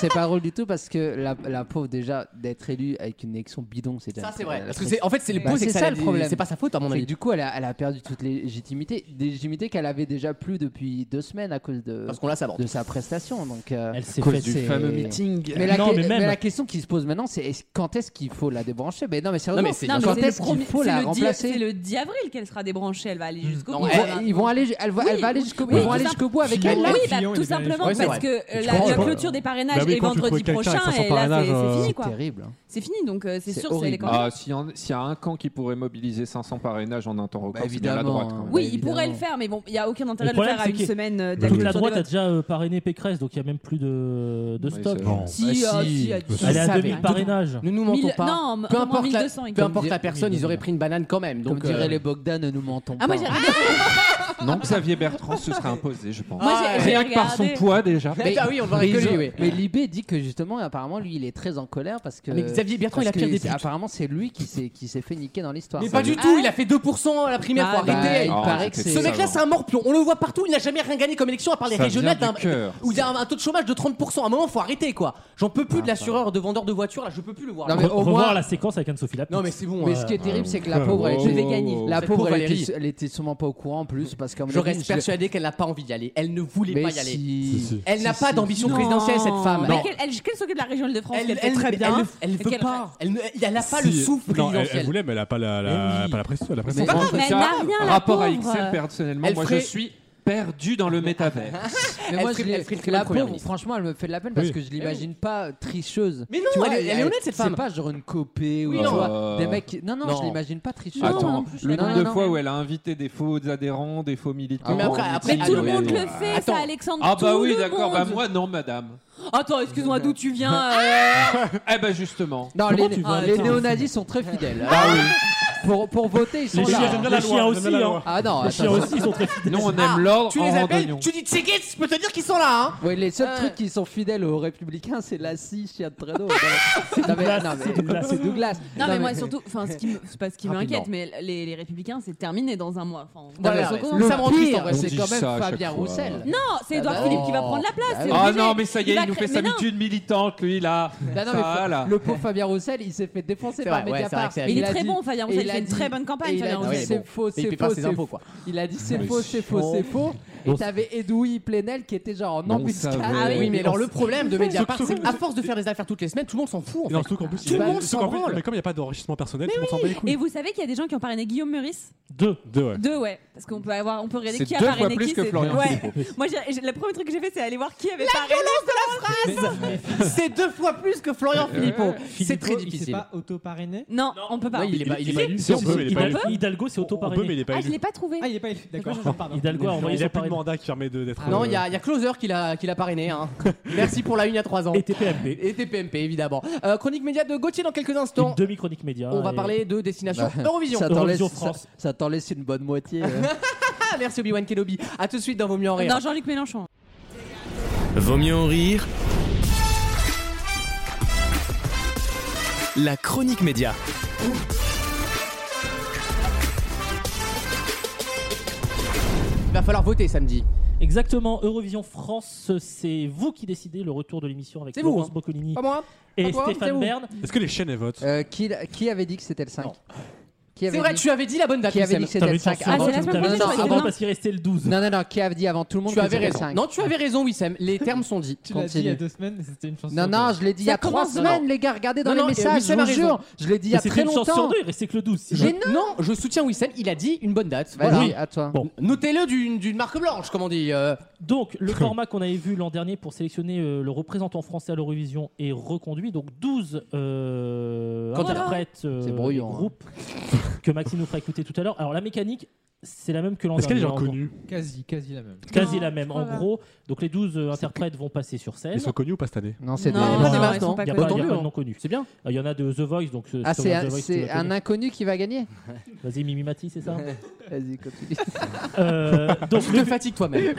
[SPEAKER 6] C'est pas drôle du tout parce que la, la pauvre, déjà, d'être élue avec une élection bidon, c'est déjà.
[SPEAKER 2] Ça,
[SPEAKER 6] un
[SPEAKER 2] c'est
[SPEAKER 6] problème.
[SPEAKER 2] vrai. Parce que c'est- en fait, c'est le- c'est que
[SPEAKER 6] c'est
[SPEAKER 2] ça
[SPEAKER 6] ça
[SPEAKER 2] l'a
[SPEAKER 6] le
[SPEAKER 2] dit-
[SPEAKER 6] problème.
[SPEAKER 2] c'est pas sa faute, à mon
[SPEAKER 6] C'est
[SPEAKER 2] avis.
[SPEAKER 6] que Du coup, elle a, elle a perdu toute légitimité. Légitimité qu'elle avait déjà plus depuis deux semaines à cause de,
[SPEAKER 2] Parce qu'on la sabote.
[SPEAKER 6] de sa prestation. Donc, euh, elle
[SPEAKER 5] s'est À cause fait du ses- fameux meeting.
[SPEAKER 6] Mais la,
[SPEAKER 5] Non,
[SPEAKER 6] que-
[SPEAKER 5] mais même-
[SPEAKER 6] mais la question qui se pose maintenant, c'est est-ce- quand est-ce qu'il faut la débrancher Mais non, mais sérieusement,
[SPEAKER 2] Non, mais c'est-
[SPEAKER 6] quand
[SPEAKER 2] Non, mais c'est
[SPEAKER 6] est-ce qu'il faut
[SPEAKER 13] c'est
[SPEAKER 6] la
[SPEAKER 13] le dix-
[SPEAKER 6] remplacer
[SPEAKER 13] C'est le 10 avril qu'elle sera débranchée. Elle va aller jusqu'au
[SPEAKER 6] Non,
[SPEAKER 13] bout. hein.
[SPEAKER 6] elle-
[SPEAKER 13] voilà.
[SPEAKER 6] ils vont aller, ju- elle va,
[SPEAKER 13] Oui,
[SPEAKER 6] elle va aller
[SPEAKER 13] oui,
[SPEAKER 6] jusqu'au
[SPEAKER 13] oui,
[SPEAKER 6] ils vont aller
[SPEAKER 13] tout
[SPEAKER 6] jusqu'au bout avec
[SPEAKER 13] simple-
[SPEAKER 6] elle.
[SPEAKER 13] Oui, bah, tout simplement
[SPEAKER 6] Ouais, c'est
[SPEAKER 13] parce que
[SPEAKER 6] vrai.
[SPEAKER 13] euh,
[SPEAKER 6] Je
[SPEAKER 13] la,
[SPEAKER 6] comprends
[SPEAKER 13] la
[SPEAKER 6] pas.
[SPEAKER 13] clôture des parrainages
[SPEAKER 6] Bah oui,
[SPEAKER 13] est
[SPEAKER 6] quand tu
[SPEAKER 13] vendredi
[SPEAKER 6] trouves quelqu'un avec
[SPEAKER 13] prochain
[SPEAKER 6] 500
[SPEAKER 13] et là c'est-
[SPEAKER 6] parrainages,
[SPEAKER 13] c'est
[SPEAKER 6] euh,
[SPEAKER 13] fini quoi.
[SPEAKER 6] c'est terrible.
[SPEAKER 13] C'est fini donc euh, c'est sûr c'est les candidats.
[SPEAKER 8] Ah, s'il y, en- s'il y a un camp qui pourrait mobiliser 500 parrainages en un temps record,
[SPEAKER 5] Bah,
[SPEAKER 8] c'est bien la
[SPEAKER 5] évidemment,
[SPEAKER 8] droite. quand
[SPEAKER 5] hein.
[SPEAKER 8] même.
[SPEAKER 13] Oui, il pourrait le faire mais bon, il y a aucun intérêt de le
[SPEAKER 5] problème,
[SPEAKER 13] faire à
[SPEAKER 5] c'est
[SPEAKER 13] une
[SPEAKER 5] que
[SPEAKER 13] semaine euh, de
[SPEAKER 5] Toute la
[SPEAKER 13] clôture
[SPEAKER 5] droite
[SPEAKER 13] des
[SPEAKER 5] a déjà euh, parrainé Pécresse, donc il n'y a même plus de, de
[SPEAKER 8] Ouais,
[SPEAKER 5] stock.
[SPEAKER 8] c'est vrai. Non.
[SPEAKER 2] Si, Bah, euh, si. si, à-
[SPEAKER 5] Elle est
[SPEAKER 2] Ça,
[SPEAKER 5] à
[SPEAKER 2] mais-
[SPEAKER 5] 2000 parrainages.
[SPEAKER 2] Ne nous mentons
[SPEAKER 13] Mille-
[SPEAKER 2] pas.
[SPEAKER 13] non,
[SPEAKER 2] peu
[SPEAKER 13] au moins
[SPEAKER 2] importe, la,
[SPEAKER 13] 1200,
[SPEAKER 2] peu importe la
[SPEAKER 6] comme
[SPEAKER 2] personne,
[SPEAKER 6] dirait-
[SPEAKER 2] ils auraient pris une banane quand même.
[SPEAKER 6] Comme
[SPEAKER 2] Donc,
[SPEAKER 6] diraient
[SPEAKER 2] euh,
[SPEAKER 6] les Bogdan, ne nous mentons
[SPEAKER 13] Ah
[SPEAKER 6] pas.
[SPEAKER 13] moi j'ai regardé
[SPEAKER 8] Non, Xavier Bertrand se serait imposé, je pense.
[SPEAKER 13] Moi, j'ai- j'ai
[SPEAKER 8] Rien que par son
[SPEAKER 13] regardé.
[SPEAKER 8] poids déjà.
[SPEAKER 6] Mais-
[SPEAKER 2] Ah oui, on le verrait
[SPEAKER 6] mais
[SPEAKER 2] que
[SPEAKER 6] ils
[SPEAKER 2] lui,
[SPEAKER 6] ont-
[SPEAKER 2] oui.
[SPEAKER 6] Mais Libé dit que justement, apparemment, lui, il est très en colère parce que.
[SPEAKER 2] Ah, Mais Xavier Bertrand,
[SPEAKER 6] parce
[SPEAKER 2] il a pire
[SPEAKER 6] que
[SPEAKER 2] des
[SPEAKER 6] c'est-
[SPEAKER 2] putes.
[SPEAKER 6] Apparemment, c'est lui qui s'est qui s'est fait niquer dans l'histoire.
[SPEAKER 2] Mais
[SPEAKER 6] Ça
[SPEAKER 2] pas
[SPEAKER 6] lui-
[SPEAKER 2] du tout, il a fait 2% à la primaire,
[SPEAKER 6] Ah,
[SPEAKER 2] faut
[SPEAKER 6] bah,
[SPEAKER 2] arrêter.
[SPEAKER 6] il
[SPEAKER 8] Ah,
[SPEAKER 6] paraît que
[SPEAKER 8] c'était
[SPEAKER 6] c'est.
[SPEAKER 2] Ce mec-là,
[SPEAKER 8] ça,
[SPEAKER 2] c'est un mort-plomb. On le voit partout, il n'a jamais rien gagné comme élection à part les
[SPEAKER 8] Ça
[SPEAKER 2] régionales
[SPEAKER 8] vient du
[SPEAKER 2] d'un-
[SPEAKER 8] cœur.
[SPEAKER 2] où il y a un, un taux de chômage de 30%. À un moment, faut arrêter quoi. J'en peux plus de l'assureur de vendeur de voitures, là, je peux plus le voir.
[SPEAKER 6] Non,
[SPEAKER 2] là.
[SPEAKER 6] mais
[SPEAKER 5] Re-
[SPEAKER 6] au
[SPEAKER 5] revoir
[SPEAKER 6] moins-
[SPEAKER 5] la séquence avec Anne-Sophie Lapid.
[SPEAKER 2] Non, mais c'est bon.
[SPEAKER 6] Mais
[SPEAKER 2] euh,
[SPEAKER 6] ce qui est terrible, c'est que la
[SPEAKER 5] Ouais.
[SPEAKER 6] pauvre, elle
[SPEAKER 5] Je vais
[SPEAKER 6] était,
[SPEAKER 5] gagner.
[SPEAKER 6] la
[SPEAKER 2] Cette
[SPEAKER 6] pauvre,
[SPEAKER 2] pauvre
[SPEAKER 6] elle,
[SPEAKER 2] Valérie.
[SPEAKER 6] était, elle était sûrement pas au courant en plus parce qu'à mon
[SPEAKER 2] Je
[SPEAKER 6] avis,
[SPEAKER 2] reste persuadé qu'elle n'a pas envie d'y aller. Elle ne voulait
[SPEAKER 6] Mais
[SPEAKER 2] pas y aller.
[SPEAKER 6] si. Si, si.
[SPEAKER 2] Elle n'a
[SPEAKER 6] Si,
[SPEAKER 2] pas
[SPEAKER 6] si.
[SPEAKER 2] d'ambition présidentielle, cette femme.
[SPEAKER 13] Mais qu'elle elle- qu'elle s'occupe de la région Île-de-France,
[SPEAKER 2] Elle,
[SPEAKER 13] elle, fait
[SPEAKER 2] elle-
[SPEAKER 13] très
[SPEAKER 2] elle
[SPEAKER 13] bien.
[SPEAKER 2] ne- elle veut
[SPEAKER 13] Qu'elle-
[SPEAKER 2] pas. Elle ne- elle n'a pas
[SPEAKER 7] Si-
[SPEAKER 2] le souffle
[SPEAKER 7] non, elle, elle
[SPEAKER 2] présidentiel.
[SPEAKER 7] voulait, mais elle a pas la, la, pas la pression. La pression.
[SPEAKER 2] pas grave,
[SPEAKER 8] En
[SPEAKER 13] mais
[SPEAKER 8] tout
[SPEAKER 13] elle
[SPEAKER 8] cas,
[SPEAKER 13] n'a rien, la
[SPEAKER 8] rapport à
[SPEAKER 13] pauvre.
[SPEAKER 8] Excel, personnellement,
[SPEAKER 2] Elle
[SPEAKER 8] moi
[SPEAKER 2] ferait-
[SPEAKER 8] je suis perdu dans le métavers.
[SPEAKER 6] Mais
[SPEAKER 2] Elle
[SPEAKER 6] moi,
[SPEAKER 2] ferait-
[SPEAKER 6] je l'ai-
[SPEAKER 2] elle ferait très bien
[SPEAKER 6] la
[SPEAKER 2] Première
[SPEAKER 6] pauvre,
[SPEAKER 2] ministre. Eh
[SPEAKER 6] franchement, elle me fait de la peine parce
[SPEAKER 7] Oui.
[SPEAKER 6] que je l'imagine pas tricheuse.
[SPEAKER 2] Mais non,
[SPEAKER 6] Tu vois,
[SPEAKER 2] elle est- elle est honnête, cette femme.
[SPEAKER 6] C'est pas genre une copée ou
[SPEAKER 2] Oui,
[SPEAKER 6] tu
[SPEAKER 2] non.
[SPEAKER 6] vois, des
[SPEAKER 8] Euh,
[SPEAKER 6] mecs. qui- Non, non,
[SPEAKER 2] non. Ah,
[SPEAKER 6] je l'imagine pas tricheuse.
[SPEAKER 8] Attends,
[SPEAKER 13] non plus, je
[SPEAKER 8] le
[SPEAKER 6] Ah, non,
[SPEAKER 8] nombre
[SPEAKER 6] non,
[SPEAKER 8] de
[SPEAKER 6] non.
[SPEAKER 8] fois où elle a invité des faux adhérents, des faux militants.
[SPEAKER 2] mais après-
[SPEAKER 8] en
[SPEAKER 2] après,
[SPEAKER 8] meeting,
[SPEAKER 13] Tout le
[SPEAKER 8] oui,
[SPEAKER 13] monde
[SPEAKER 8] oui.
[SPEAKER 13] le fait,
[SPEAKER 2] Attends.
[SPEAKER 13] ça Alexandre.
[SPEAKER 8] Ah bah
[SPEAKER 13] tout
[SPEAKER 8] oui,
[SPEAKER 13] le
[SPEAKER 8] d'accord.
[SPEAKER 13] monde.
[SPEAKER 8] Bah moi, non, madame.
[SPEAKER 13] Attends, excuse-moi, d'où tu viens euh,
[SPEAKER 8] Eh ben justement.
[SPEAKER 6] Non,
[SPEAKER 5] Comment
[SPEAKER 6] les, ah,
[SPEAKER 5] tu vas
[SPEAKER 6] les néo-nazis sont très fidèles.
[SPEAKER 8] Ah oui.
[SPEAKER 6] Pour, pour voter, ils sont
[SPEAKER 5] Les
[SPEAKER 6] là.
[SPEAKER 5] chiens, les chiens aussi. hein.
[SPEAKER 6] Ah non,
[SPEAKER 5] Les
[SPEAKER 6] attends,
[SPEAKER 5] chiens aussi, ils sont très fidèles.
[SPEAKER 8] Nous, on aime l'ordre
[SPEAKER 2] Tu
[SPEAKER 8] en
[SPEAKER 2] les appelles,
[SPEAKER 8] randonnion.
[SPEAKER 2] tu dis Tsekit, je peux te dire qu'ils sont là. Hein.
[SPEAKER 6] ouais, les seuls
[SPEAKER 2] Euh.
[SPEAKER 6] trucs qui sont fidèles aux républicains, c'est Lassie, chien de traîneau. Non, mais- non, mais-
[SPEAKER 5] Douglas,
[SPEAKER 6] non, mais-
[SPEAKER 5] c'est Douglas.
[SPEAKER 6] c'est Douglas.
[SPEAKER 13] Non, mais,
[SPEAKER 6] Non,
[SPEAKER 13] moi
[SPEAKER 6] mais-
[SPEAKER 13] surtout, enfin, ce qui me- c'est pas ce qui
[SPEAKER 6] Rapidement.
[SPEAKER 13] m'inquiète, mais les, les républicains, c'est terminé dans un mois. Enfin,
[SPEAKER 6] Non, mais
[SPEAKER 2] Voilà,
[SPEAKER 6] surtout,
[SPEAKER 2] ouais.
[SPEAKER 6] le
[SPEAKER 2] Ça me rend triste,
[SPEAKER 6] pire,
[SPEAKER 2] en vrai.
[SPEAKER 6] c'est
[SPEAKER 8] On
[SPEAKER 6] quand
[SPEAKER 8] dit
[SPEAKER 6] même
[SPEAKER 8] ça à chaque
[SPEAKER 6] Fabien
[SPEAKER 8] fois.
[SPEAKER 6] Roussel.
[SPEAKER 13] non, c'est Édouard
[SPEAKER 6] bah
[SPEAKER 13] Philippe
[SPEAKER 6] non.
[SPEAKER 13] qui va prendre la place.
[SPEAKER 6] Bah
[SPEAKER 13] c'est
[SPEAKER 6] oui.
[SPEAKER 8] Ah
[SPEAKER 13] obligé.
[SPEAKER 8] non, mais ça y est, il
[SPEAKER 13] va
[SPEAKER 8] nous fait
[SPEAKER 13] créer-
[SPEAKER 8] sa
[SPEAKER 13] mais non.
[SPEAKER 8] habitude militante, lui, là.
[SPEAKER 6] Bah non, mais
[SPEAKER 8] Ça,
[SPEAKER 6] faut-
[SPEAKER 8] là.
[SPEAKER 6] Le pauvre Fabien Roussel, il s'est fait défoncer
[SPEAKER 2] C'est
[SPEAKER 6] par
[SPEAKER 2] vrai, ouais, c'est vrai
[SPEAKER 6] Mediapart.
[SPEAKER 2] que c'est-
[SPEAKER 13] Mais il
[SPEAKER 6] a
[SPEAKER 13] est très
[SPEAKER 6] dit-
[SPEAKER 13] bon, Fabien
[SPEAKER 6] et
[SPEAKER 13] Roussel.
[SPEAKER 6] il
[SPEAKER 13] Il
[SPEAKER 6] a
[SPEAKER 13] fait une
[SPEAKER 6] dit-
[SPEAKER 13] très bonne
[SPEAKER 6] et
[SPEAKER 13] campagne,
[SPEAKER 6] il a
[SPEAKER 13] Fabien
[SPEAKER 6] dit
[SPEAKER 13] Roussel.
[SPEAKER 2] Ouais, bon.
[SPEAKER 6] c'est faux,
[SPEAKER 2] Et il
[SPEAKER 6] c'est
[SPEAKER 2] paie pas
[SPEAKER 6] faux,
[SPEAKER 2] ses
[SPEAKER 6] c'est
[SPEAKER 2] impôts,
[SPEAKER 6] faux.
[SPEAKER 2] quoi.
[SPEAKER 6] Il a dit c'est
[SPEAKER 8] Mais
[SPEAKER 6] faux,
[SPEAKER 8] c'est
[SPEAKER 6] c'est faux,
[SPEAKER 8] chiant.
[SPEAKER 6] c'est faux. Et t'avais Edoui Plenel qui était genre en
[SPEAKER 8] Non, ça
[SPEAKER 6] embuscade.
[SPEAKER 8] va. Ah
[SPEAKER 2] Oui, mais alors le problème de Mediapart,
[SPEAKER 7] Surtout-
[SPEAKER 2] c'est qu'à force de faire des affaires toutes les semaines, tout le monde s'en fout. En
[SPEAKER 7] Et non,
[SPEAKER 2] fait.
[SPEAKER 7] surtout qu'en plus,
[SPEAKER 2] Tout le
[SPEAKER 7] il y a-
[SPEAKER 2] monde
[SPEAKER 7] surtout
[SPEAKER 2] s'en
[SPEAKER 7] qu'en plus,
[SPEAKER 2] branle.
[SPEAKER 7] Mais comme il n'y a pas d'enrichissement personnel, tout le monde s'en bat les couilles.
[SPEAKER 13] Et vous savez qu'il y a des gens qui ont parrainé Guillaume Meurice
[SPEAKER 5] Deux.
[SPEAKER 7] Deux, ouais.
[SPEAKER 13] Deux, ouais. Parce qu'on peut avoir, on peut regarder
[SPEAKER 8] C'est
[SPEAKER 13] qui a
[SPEAKER 8] deux fois
[SPEAKER 13] parrainé
[SPEAKER 8] plus
[SPEAKER 13] qui.
[SPEAKER 8] que
[SPEAKER 13] c'est-
[SPEAKER 8] Florian
[SPEAKER 13] Ouais. Moi, j'ai- j'ai- le premier truc que j'ai fait, c'est aller voir qui avait parrainé.
[SPEAKER 2] C'est deux fois plus que Florian Philippot. Euh, C'est
[SPEAKER 9] Philippot,
[SPEAKER 2] très
[SPEAKER 9] Il s'est
[SPEAKER 2] difficile.
[SPEAKER 9] pas auto-parrainé
[SPEAKER 13] Non, on peut pas.
[SPEAKER 2] Ouais, il est pas- il est pas élu.
[SPEAKER 7] Si, on peut, mais il est pas
[SPEAKER 5] Hidalgo,
[SPEAKER 7] élu.
[SPEAKER 5] Hidalgo, c'est
[SPEAKER 7] On peut, mais il
[SPEAKER 5] auto-parrainé.
[SPEAKER 7] n'est pas
[SPEAKER 13] Ah, je
[SPEAKER 7] élu.
[SPEAKER 13] l'ai pas trouvé.
[SPEAKER 9] Ah, il est pas élu. D'accord, je- je pardon.
[SPEAKER 5] Hidalgo a envoyé
[SPEAKER 7] Il
[SPEAKER 5] son
[SPEAKER 7] a plus de
[SPEAKER 5] parrainage.
[SPEAKER 7] mandat qui permet de- d'être.
[SPEAKER 2] Non,
[SPEAKER 7] euh,
[SPEAKER 2] il y a, il y a Closer qui l'a qui l'a parrainé. hein. Merci pour la une à 3 ans.
[SPEAKER 5] Et TPMP.
[SPEAKER 2] Et TPMP, évidemment. Euh, chronique média de Gauthier dans quelques instants.
[SPEAKER 5] Une demi-chronique média.
[SPEAKER 2] On va
[SPEAKER 5] Ah, et-
[SPEAKER 2] parler de destination
[SPEAKER 6] Bah,
[SPEAKER 2] Eurovision.
[SPEAKER 6] Ça t'en laisse,
[SPEAKER 5] Eurovision
[SPEAKER 6] ça,
[SPEAKER 5] France.
[SPEAKER 6] ça t'en laisse une bonne moitié. euh.
[SPEAKER 2] Ah, merci Obi-Wan Kenobi. A tout de suite dans Vos mieux en rire.
[SPEAKER 13] Dans Jean-Luc Mélenchon.
[SPEAKER 1] Vaut mieux en rire. La chronique média.
[SPEAKER 2] Il va falloir voter samedi.
[SPEAKER 5] Exactement, Eurovision France, c'est vous qui décidez le retour de l'émission avec
[SPEAKER 2] C'est vous,
[SPEAKER 5] Laurence
[SPEAKER 2] hein.
[SPEAKER 5] Boccolini
[SPEAKER 2] Pas moi pas
[SPEAKER 5] et
[SPEAKER 2] toi, c'est vous.
[SPEAKER 5] Stéphane Bern.
[SPEAKER 7] Est-ce que les chaînes elles votent
[SPEAKER 6] Euh, qui, qui avait dit que c'était le 5
[SPEAKER 2] Non.
[SPEAKER 6] Qui
[SPEAKER 2] C'est
[SPEAKER 6] avait
[SPEAKER 2] vrai,
[SPEAKER 6] dit,
[SPEAKER 2] tu avais dit la bonne date.
[SPEAKER 6] qui avait
[SPEAKER 2] Wissem.
[SPEAKER 6] dit que
[SPEAKER 5] T'as
[SPEAKER 6] c'était le
[SPEAKER 5] vu une chanson
[SPEAKER 6] 5
[SPEAKER 13] Ah,
[SPEAKER 5] avant,
[SPEAKER 13] c'est la
[SPEAKER 5] tout
[SPEAKER 13] semaine
[SPEAKER 5] à l'heure.
[SPEAKER 13] prochaine,
[SPEAKER 5] Non,
[SPEAKER 13] parce que
[SPEAKER 5] avant
[SPEAKER 13] non.
[SPEAKER 5] parce qu'il restait le 12.
[SPEAKER 6] Non, non, non, qui avait dit avant tout le monde
[SPEAKER 2] Tu
[SPEAKER 6] que
[SPEAKER 2] avais
[SPEAKER 6] c'était le
[SPEAKER 2] raison.
[SPEAKER 6] 5
[SPEAKER 2] Non, tu avais raison, Wissem. Les termes sont dits.
[SPEAKER 9] Tu l'as dit il y a
[SPEAKER 6] Continue.
[SPEAKER 9] deux semaines, mais c'était une chanson.
[SPEAKER 6] Non, non, je l'ai dit il y
[SPEAKER 13] Ça
[SPEAKER 6] a 3
[SPEAKER 13] commence-
[SPEAKER 6] semaines, les gars, regardez dans
[SPEAKER 2] Non,
[SPEAKER 6] les
[SPEAKER 2] non, et
[SPEAKER 6] messages, je
[SPEAKER 2] Wissem a
[SPEAKER 6] vous
[SPEAKER 2] raison.
[SPEAKER 6] jure. Je l'ai dit il y
[SPEAKER 5] Mais
[SPEAKER 6] a
[SPEAKER 5] C'était
[SPEAKER 6] très
[SPEAKER 5] une chance sur
[SPEAKER 6] longtemps.
[SPEAKER 5] deux, il restait que le 12. si je-
[SPEAKER 6] Mais non
[SPEAKER 2] Non, je soutiens Wissem. Il a dit une bonne date.
[SPEAKER 6] Vas-y,
[SPEAKER 2] Voilà.
[SPEAKER 6] à toi.
[SPEAKER 5] Bon.
[SPEAKER 2] Notez-le d'une d'une marque blanche, comme on dit. euh.
[SPEAKER 5] Donc, le format qu'on avait vu l'an dernier pour sélectionner euh, le représentant français à l'Eurovision est reconduit. Donc, 12 euh,
[SPEAKER 2] Quand-
[SPEAKER 5] interprètes, euh,
[SPEAKER 6] C'est brouillon,
[SPEAKER 2] hein.
[SPEAKER 5] et groupes que Maxime nous fera écouter tout à l'heure. Alors, la mécanique, c'est la même que l'an
[SPEAKER 7] Est-ce qu'il y a
[SPEAKER 5] dernier.
[SPEAKER 7] des gens
[SPEAKER 5] en gros.
[SPEAKER 7] connus
[SPEAKER 9] Quasi, quasi la même.
[SPEAKER 5] Quasi
[SPEAKER 13] Non,
[SPEAKER 5] la même. En
[SPEAKER 13] voilà.
[SPEAKER 5] gros, donc les 12 euh, interprètes vont passer sur scène.
[SPEAKER 7] Ils sont connus ou pas cette année
[SPEAKER 6] Non, c'est
[SPEAKER 13] Non,
[SPEAKER 6] des-
[SPEAKER 2] des
[SPEAKER 13] non,
[SPEAKER 2] masses,
[SPEAKER 13] ils sont
[SPEAKER 2] non.
[SPEAKER 13] pas
[SPEAKER 5] Il n'y a pas, il y a
[SPEAKER 13] connus.
[SPEAKER 2] Tant
[SPEAKER 5] pas
[SPEAKER 2] mieux,
[SPEAKER 5] de
[SPEAKER 2] hein.
[SPEAKER 5] non connus.
[SPEAKER 2] C'est bien.
[SPEAKER 5] Il y en a de The Voice, donc euh,
[SPEAKER 6] Ah,
[SPEAKER 5] si
[SPEAKER 6] c'est
[SPEAKER 5] on a The
[SPEAKER 6] un,
[SPEAKER 5] Voice, tu
[SPEAKER 6] c'est
[SPEAKER 5] l'as
[SPEAKER 6] un
[SPEAKER 5] connu.
[SPEAKER 6] inconnu qui va gagner
[SPEAKER 5] Vas-y, Mimi Mati, c'est ça
[SPEAKER 6] Vas-y, continue.
[SPEAKER 5] Euh, Donc,
[SPEAKER 2] Tu te fatigues toi-même.